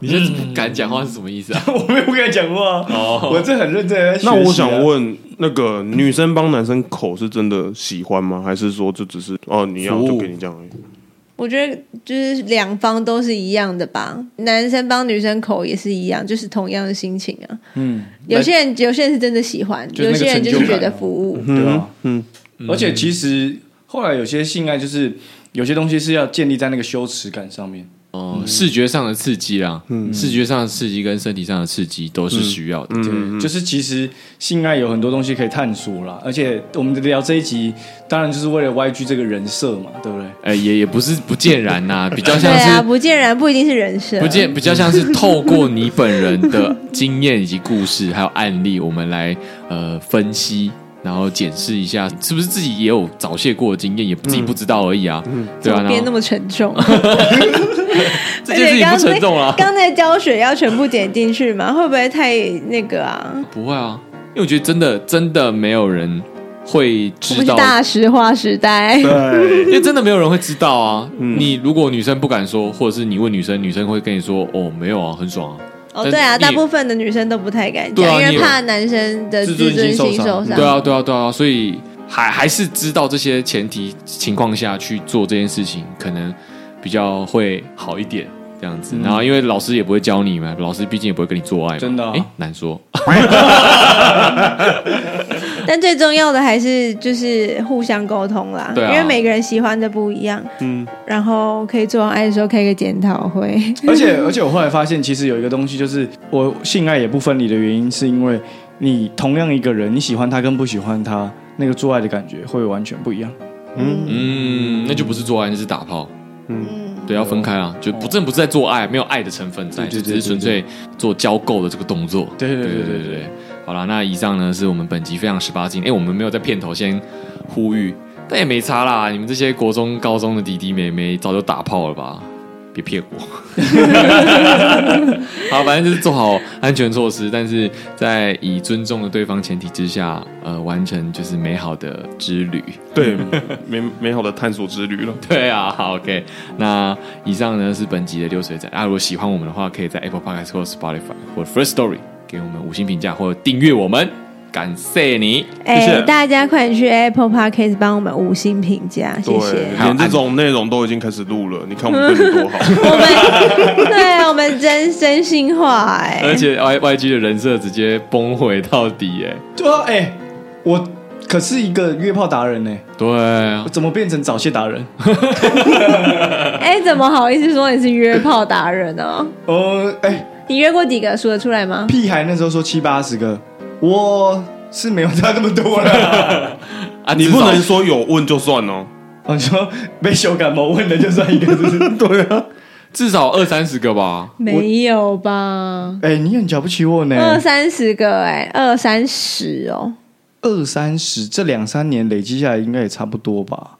Speaker 3: 你现在不敢讲话是什么意思啊？
Speaker 1: 我没有跟他讲过啊，我这很认真地在学习
Speaker 2: 那
Speaker 1: 啊。
Speaker 2: 我想问，那个女生帮男生口是真的喜欢吗？还是说就只是哦，你要
Speaker 1: 服务
Speaker 2: 就给你这样而已？
Speaker 4: 我觉得就是两方都是一样的吧，男生帮女生口也是一样，就是同样的心情啊。
Speaker 1: 嗯，
Speaker 4: 有些人有些人是真的喜欢，
Speaker 1: 就是
Speaker 4: 有
Speaker 1: 那个
Speaker 4: 些人就是
Speaker 1: 成就
Speaker 4: 觉
Speaker 1: 感
Speaker 4: 得
Speaker 1: 啊
Speaker 4: 服务。
Speaker 1: 对吧？
Speaker 2: 嗯，
Speaker 1: 而且其实后来有些性爱就是有些东西是要建立在那个羞耻感上面。
Speaker 3: 哦，视觉上的刺激啦，视觉上的刺激跟身体上的刺激都是需要的。
Speaker 1: 对，就是其实性爱有很多东西可以探索啦，而且我们聊这一集，当然就是为了 YG 这个人设嘛，对不对？
Speaker 3: 呃，也也不是不见然呐、比较
Speaker 4: 对
Speaker 3: 像是
Speaker 4: 啊，不见然不一定是人生，
Speaker 3: 不见比较像是透过你本人的经验以及故事，还有案例，我们来呃分析，然后检视一下是不是自己也有早泄过的经验，也自己不知道而已啊，对啊，然
Speaker 4: 变那
Speaker 3: 后
Speaker 4: 么沉重。
Speaker 3: 这件事情不沉重啊，
Speaker 4: 刚才胶水要全部剪进去吗？会不会太那个啊？
Speaker 3: 不会啊，因为我觉得真的真的没有人会知
Speaker 4: 我们是
Speaker 3: 道，
Speaker 4: 大实话时代，
Speaker 2: 对，啊
Speaker 3: 因为真的没有人会知道啊。
Speaker 1: 嗯
Speaker 3: 你如果女生不敢说，或者是你问女生，女生会跟你说哦没有啊，很爽啊，
Speaker 4: 哦，
Speaker 3: 但
Speaker 4: 对啊，
Speaker 3: 你
Speaker 4: 大部分的女生都不太敢
Speaker 3: 对啊
Speaker 4: 讲，因
Speaker 3: 你
Speaker 4: 为
Speaker 3: 有
Speaker 4: 怕男生的
Speaker 1: 自
Speaker 4: 自
Speaker 1: 尊
Speaker 4: 尊
Speaker 1: 心受
Speaker 4: 心
Speaker 1: 伤
Speaker 4: 受伤。
Speaker 3: 对啊，对啊，对啊，所以还还是知道这些前提情况下去做这件事情，可能比较会好一点这样子。然后因为老师也不会教你嘛，老师毕竟也不会跟你做爱嘛，
Speaker 1: 嗯真的啊
Speaker 3: 哎、难说。
Speaker 4: 但最重要的还是就是互相沟通啦，
Speaker 3: 对啊
Speaker 4: 因为每个人喜欢的不一样，
Speaker 2: 嗯，
Speaker 4: 然后可以做完爱的时候开个检讨会。
Speaker 1: 而且而且我后来发现，其实有一个东西，就是我性爱也不分离的原因，是因为你同样一个人，你喜欢他跟不喜欢他，那个做爱的感觉会完全不一样。
Speaker 3: 嗯，那就不是做爱，那是打炮。
Speaker 4: 嗯，
Speaker 3: 对，要分开啊，就不正不是在做爱，没有爱的成分在，
Speaker 1: 哦对对
Speaker 3: 就
Speaker 1: 对
Speaker 3: 只是纯粹做交媾的这个动作。
Speaker 1: 对对对对对
Speaker 3: 对。好啦，那以上呢是我们本集非常十八禁。哎，我们没有在片头先呼吁，但也没差啦。你们这些国中、高中的弟弟妹妹早就打炮了吧？别骗我。 好，反正就是做好安全措施，但是在以尊重了对方前提之下，呃，完成就是美好的之旅。
Speaker 2: 对， 美美好的探索之旅了。
Speaker 3: 对啊，好，OK。那以上呢是本集的流水仔。啊，如果喜欢我们的话，可以在 Apple Podcast 或 Spotify 或 First Story 给我们五星评价或订阅我们。感谢你，
Speaker 4: 哎、
Speaker 2: 谢谢
Speaker 4: 大家快点去 Apple Podcast 帮我们五星评价，谢谢
Speaker 2: 对，。连这种内容都已经开始录了，你看我们对你多好。
Speaker 4: 我们 对我们真真心话哎、
Speaker 3: 而且 Y Y G 的人设直接崩毁到底、哎，
Speaker 1: 对啊，哎、我可是一个约炮达人呢、
Speaker 3: 对啊
Speaker 1: 我，怎么变成早泄达人？
Speaker 4: 哎、怎么好意思说你是约炮达人呢、
Speaker 1: 哦，哎、
Speaker 4: 你约过几个数得出来吗？
Speaker 1: 屁孩那时候说七八十个，我是没有他那么多啦。
Speaker 3: 啊，
Speaker 2: 你
Speaker 3: 至少
Speaker 2: 不能说有问就算哦。
Speaker 1: 我说被修感冒问的就算一个，是不是？对啊。
Speaker 3: 至少二三十个吧。
Speaker 4: 没有吧？
Speaker 1: 哎、你很瞧不起我呢。
Speaker 4: 二三十个哎、二三十哦，
Speaker 1: 二三十，这两三年累积下来应该也差不多吧，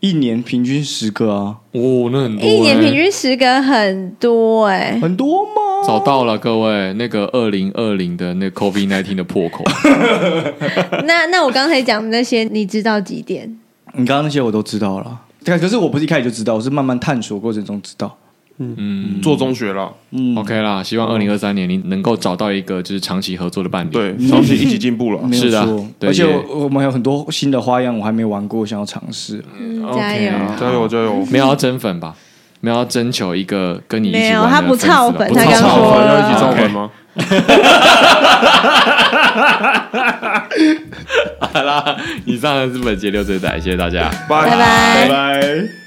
Speaker 1: 一年平均十个啊，
Speaker 3: 哦，那很多、
Speaker 4: 一年
Speaker 3: 哎
Speaker 4: 平均十个很多哎、
Speaker 1: 很多吗？
Speaker 3: 找到了各位那个二零二零的那 COVID nineteen 的破口，
Speaker 4: 那那我刚才讲的那些，你知道几点？
Speaker 1: 你刚刚那些我都知道了，对，可是我不是一开始就知道，我是慢慢探索过程中知道。
Speaker 3: 嗯
Speaker 2: 做中学了，
Speaker 1: 嗯
Speaker 3: OK 啦，希望二零二三年你能够找到一个就是长期合作的伴侣。
Speaker 2: 对，长期一起进 步了。
Speaker 1: 没有
Speaker 3: 是的
Speaker 1: 错
Speaker 3: 对
Speaker 1: 而且
Speaker 3: 也
Speaker 1: 我我们还有很多新的花样，我还没玩过，想要尝试。
Speaker 4: 嗯
Speaker 3: OK
Speaker 4: 加油！
Speaker 3: 啊
Speaker 2: 加油加油！
Speaker 3: 没有要争粉吧？没有要征求一个跟你一起玩的
Speaker 4: 没有他不
Speaker 3: 粉丝吧
Speaker 4: 造粉
Speaker 3: 不
Speaker 4: 他刚
Speaker 3: 造
Speaker 4: 说
Speaker 3: 粉
Speaker 2: 要
Speaker 4: 了
Speaker 2: 一起造
Speaker 3: OK
Speaker 2: 反吗？
Speaker 3: 好啦，以上是本节流水仔，谢谢大家。
Speaker 2: 拜
Speaker 4: 拜拜
Speaker 1: 拜。